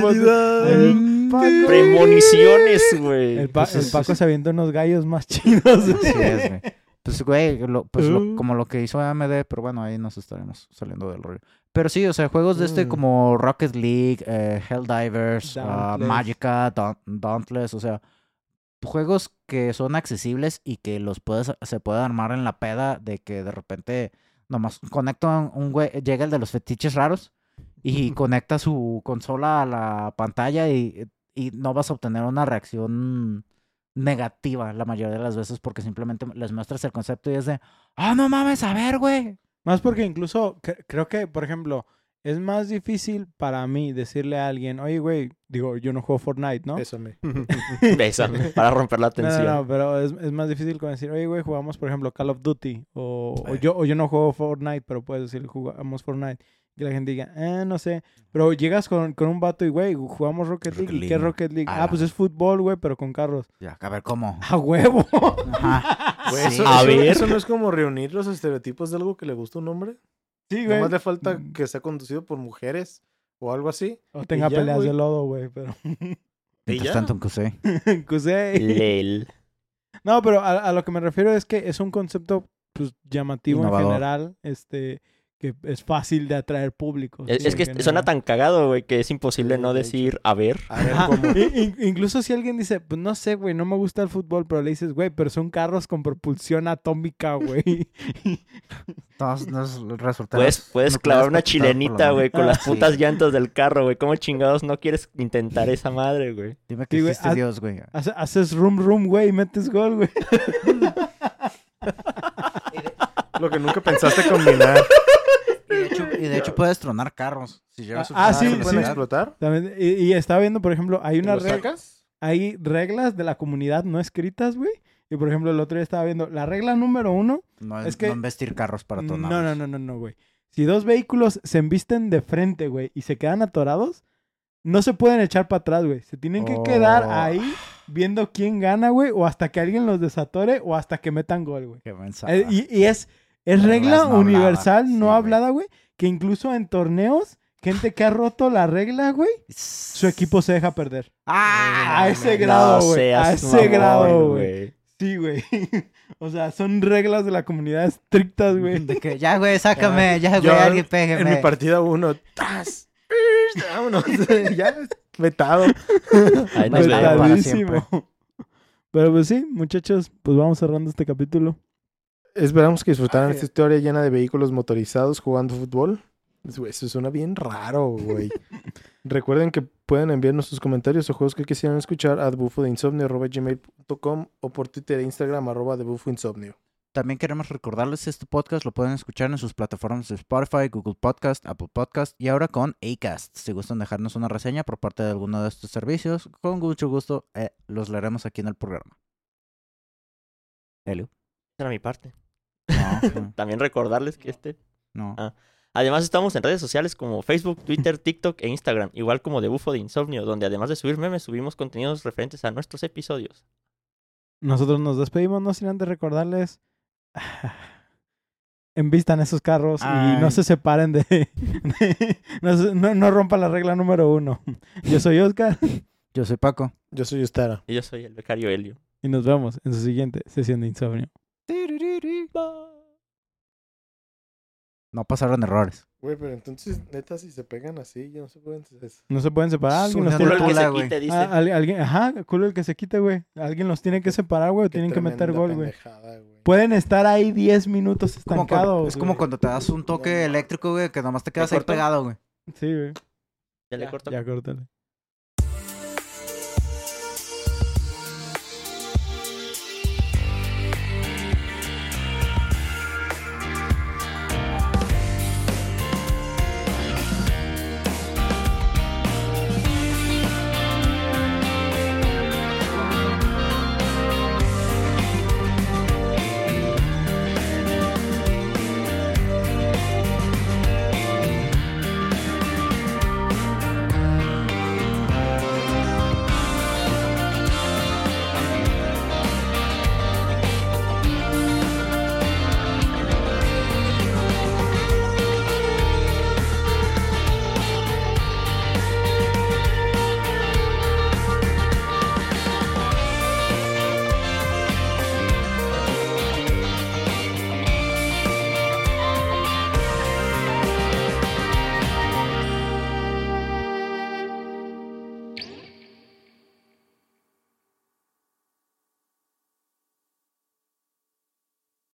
Speaker 3: compatibilidad.
Speaker 4: Paco.
Speaker 2: Premoniciones, güey.
Speaker 1: el, Pa-
Speaker 4: pues
Speaker 1: el
Speaker 4: es-
Speaker 1: Paco se avienta unos gallos más chidos.
Speaker 4: Así es, güey. Pues, güey, lo- pues lo-
Speaker 1: Uh.
Speaker 4: como lo que hizo AMD, pero bueno, ahí nos estaremos saliendo del rollo. Pero sí, o sea, juegos de este
Speaker 3: Mm.
Speaker 4: como Rocket League, eh, Helldivers, ah,
Speaker 1: Dauntless.
Speaker 4: Magica, Daunt- Dauntless, o sea, juegos que son accesibles y que los puedes, se puede armar en la peda de que de repente nomás conecta un- un güey, llega el de los fetiches raros y conecta su consola a la pantalla y, y no vas a obtener una reacción negativa la mayoría de las veces porque simplemente les muestras el concepto y es de, ah, no mames, a ver, güey.
Speaker 1: Más porque incluso cre- creo que, por ejemplo, es más difícil para mí decirle a alguien, oye, güey, digo, yo no juego Fortnite, ¿no?
Speaker 3: Pésame.
Speaker 2: Bésame, para romper la
Speaker 1: No, no,
Speaker 2: tensión.
Speaker 1: no, pero es, es más difícil con decir, oye, güey, jugamos, por ejemplo, Call of Duty. O, o
Speaker 3: Eh.
Speaker 1: yo, o yo no juego Fortnite, pero puedes decir, jugamos Fortnite. Y la gente diga, eh, no sé. Pero llegas con, con un vato y, güey, jugamos Rocket League.
Speaker 4: Rocket
Speaker 1: ¿Y qué
Speaker 4: League.
Speaker 1: es Rocket League?
Speaker 4: A
Speaker 1: Ah,
Speaker 4: la-
Speaker 1: pues es fútbol, güey, pero con carros.
Speaker 4: Ya, a ver, ¿cómo?
Speaker 1: ¡A huevo!
Speaker 4: Ajá.
Speaker 3: Güey,
Speaker 4: Sí.
Speaker 3: eso,
Speaker 2: Ah, A
Speaker 3: eso-
Speaker 2: ver.
Speaker 3: eso no es como reunir los estereotipos de algo que le gusta a un hombre.
Speaker 1: Sí, güey.
Speaker 3: Nomás le falta
Speaker 2: Mm.
Speaker 3: que sea conducido por mujeres o algo así.
Speaker 1: O tenga
Speaker 3: ya,
Speaker 1: peleas
Speaker 3: güey.
Speaker 1: de lodo, güey, pero...
Speaker 3: Y
Speaker 4: Mientras
Speaker 3: ya.
Speaker 4: tanto, aunque sé.
Speaker 1: Pues, hey.
Speaker 2: Lel.
Speaker 1: No, pero a, a lo que me refiero es que es un concepto pues, llamativo
Speaker 4: Innovador.
Speaker 1: en general, este, que es fácil de atraer público.
Speaker 2: Es,
Speaker 1: sí,
Speaker 2: es
Speaker 1: en
Speaker 2: que
Speaker 1: general.
Speaker 2: suena tan cagado, güey, que es imposible
Speaker 3: Sí,
Speaker 2: no
Speaker 3: de hecho.
Speaker 2: decir a ver.
Speaker 3: A ver
Speaker 1: Ajá.
Speaker 3: cómo.
Speaker 1: I- in- incluso si alguien dice, pues no sé, güey, no me gusta el fútbol, pero le dices, güey, pero son carros con propulsión atómica, güey.
Speaker 4: Todos nos resultará.
Speaker 2: Puedes, puedes
Speaker 4: no
Speaker 2: clavar
Speaker 4: puedes
Speaker 2: una
Speaker 4: patentar por lo
Speaker 2: chilenita, güey, con
Speaker 1: menos.
Speaker 2: las
Speaker 4: Ah, sí.
Speaker 2: putas llantas del carro, güey. ¿Cómo chingados no quieres intentar esa madre, güey?
Speaker 4: Dime que
Speaker 1: Sí, güey,
Speaker 4: existe
Speaker 1: haz-
Speaker 4: Dios, güey. ah,
Speaker 1: Hace- haces room, room, güey, y metes gol, güey.
Speaker 3: Lo que nunca pensaste combinar.
Speaker 4: Y de hecho, y de hecho puedes tronar carros. Si llevas
Speaker 1: Ah, sí,
Speaker 3: ¿Se
Speaker 4: suficiente
Speaker 3: pueden
Speaker 1: sí.
Speaker 4: velocidad.
Speaker 3: explotar?
Speaker 1: También- y, y estaba viendo, por ejemplo, hay una
Speaker 3: ¿Lo
Speaker 1: regla.
Speaker 3: sacas?
Speaker 1: hay reglas de la comunidad no escritas, güey. Y por ejemplo, el otro día estaba viendo la regla número uno.
Speaker 4: No,
Speaker 1: Es que-
Speaker 4: no investir carros para
Speaker 1: no,
Speaker 4: tonar.
Speaker 1: no, no, no, no, güey. Si dos vehículos se embisten de frente, güey, y se quedan atorados, no se pueden echar para atrás, güey. Se tienen que quedar
Speaker 4: Oh.
Speaker 1: ahí viendo quién gana, güey, o hasta que alguien los desatore o hasta que metan gol, güey.
Speaker 4: Qué
Speaker 1: Eh,
Speaker 4: mensaje.
Speaker 1: y, y es, es
Speaker 4: Reglas
Speaker 1: regla
Speaker 4: no habladas,
Speaker 1: universal,
Speaker 4: sí,
Speaker 1: no
Speaker 4: güey.
Speaker 1: hablada, güey, que incluso en torneos, gente que ha roto la regla, güey, su equipo se deja perder.
Speaker 4: ¡Ah!
Speaker 1: A ese grado, güey. a
Speaker 2: seas
Speaker 1: ese
Speaker 2: mamón,
Speaker 1: grado, güey. Sí, güey. o sea, son reglas de la comunidad estrictas, güey.
Speaker 4: De que, ya, güey, sácame, ya,
Speaker 3: Yo
Speaker 4: güey, alguien
Speaker 3: en mi
Speaker 4: pégame.
Speaker 3: partida uno, ¡tas! Vámonos. ya, vetado.
Speaker 2: Ahí nos vemos.
Speaker 4: Pues, para
Speaker 1: Vetadísimo. Pero pues sí, muchachos, pues vamos cerrando este capítulo.
Speaker 3: Esperamos que disfrutaran
Speaker 1: Ay.
Speaker 3: esta historia llena de vehículos motorizados jugando fútbol. Es- güey, Eso suena bien raro, güey. Recuerden que pueden enviarnos sus comentarios o juegos que quisieran escuchar a gmail.com o por Twitter e Instagram arroba debufoinsomnio.
Speaker 4: También queremos recordarles este podcast lo pueden escuchar en sus plataformas de Spotify, Google Podcast, Apple Podcast y ahora con Acast. Si gustan dejarnos una reseña por parte de alguno de estos servicios, con mucho gusto eh, los leeremos aquí en el programa. Helio.
Speaker 2: Esa era mi parte.
Speaker 4: No,
Speaker 2: También recordarles que este.
Speaker 4: no.
Speaker 2: Ah. Además, estamos en redes sociales como Facebook, Twitter, TikTok e Instagram, igual como de Bufo de Insomnio, donde además de subir memes, subimos contenidos referentes a nuestros episodios.
Speaker 1: Nosotros nos despedimos, no sin antes recordarles. Envistan esos carros y no
Speaker 4: Ay.
Speaker 1: se separen de. de- no, se- no- no rompan la regla número uno. Yo soy Oscar
Speaker 4: Yo soy Paco.
Speaker 3: Yo soy Ustara.
Speaker 2: Y yo soy el becario Helio.
Speaker 1: y nos vemos en su siguiente sesión de insomnio.
Speaker 4: No pasaron errores.
Speaker 3: Güey, pero entonces, neta, si se pegan así, ya no se pueden...
Speaker 1: No se pueden separar. Alguien los
Speaker 4: Una
Speaker 2: Culo
Speaker 1: tiene
Speaker 2: el
Speaker 1: que...
Speaker 2: que
Speaker 4: tortura,
Speaker 2: se
Speaker 4: güey.
Speaker 2: quite, dice.
Speaker 1: Ah, al- alguien, ajá, culo el que se quite, güey. Alguien los tiene que separar, güey. o Tienen que meter gol, güey. Pueden estar ahí 10 minutos
Speaker 4: Como cuando-
Speaker 1: estancados.
Speaker 4: es como
Speaker 1: güey.
Speaker 4: cuando te das un toque eléctrico, güey, que nomás te quedas ahí
Speaker 2: corto?
Speaker 4: pegado, güey.
Speaker 1: Sí, güey.
Speaker 2: Ya le corto.
Speaker 1: Ya, córtale.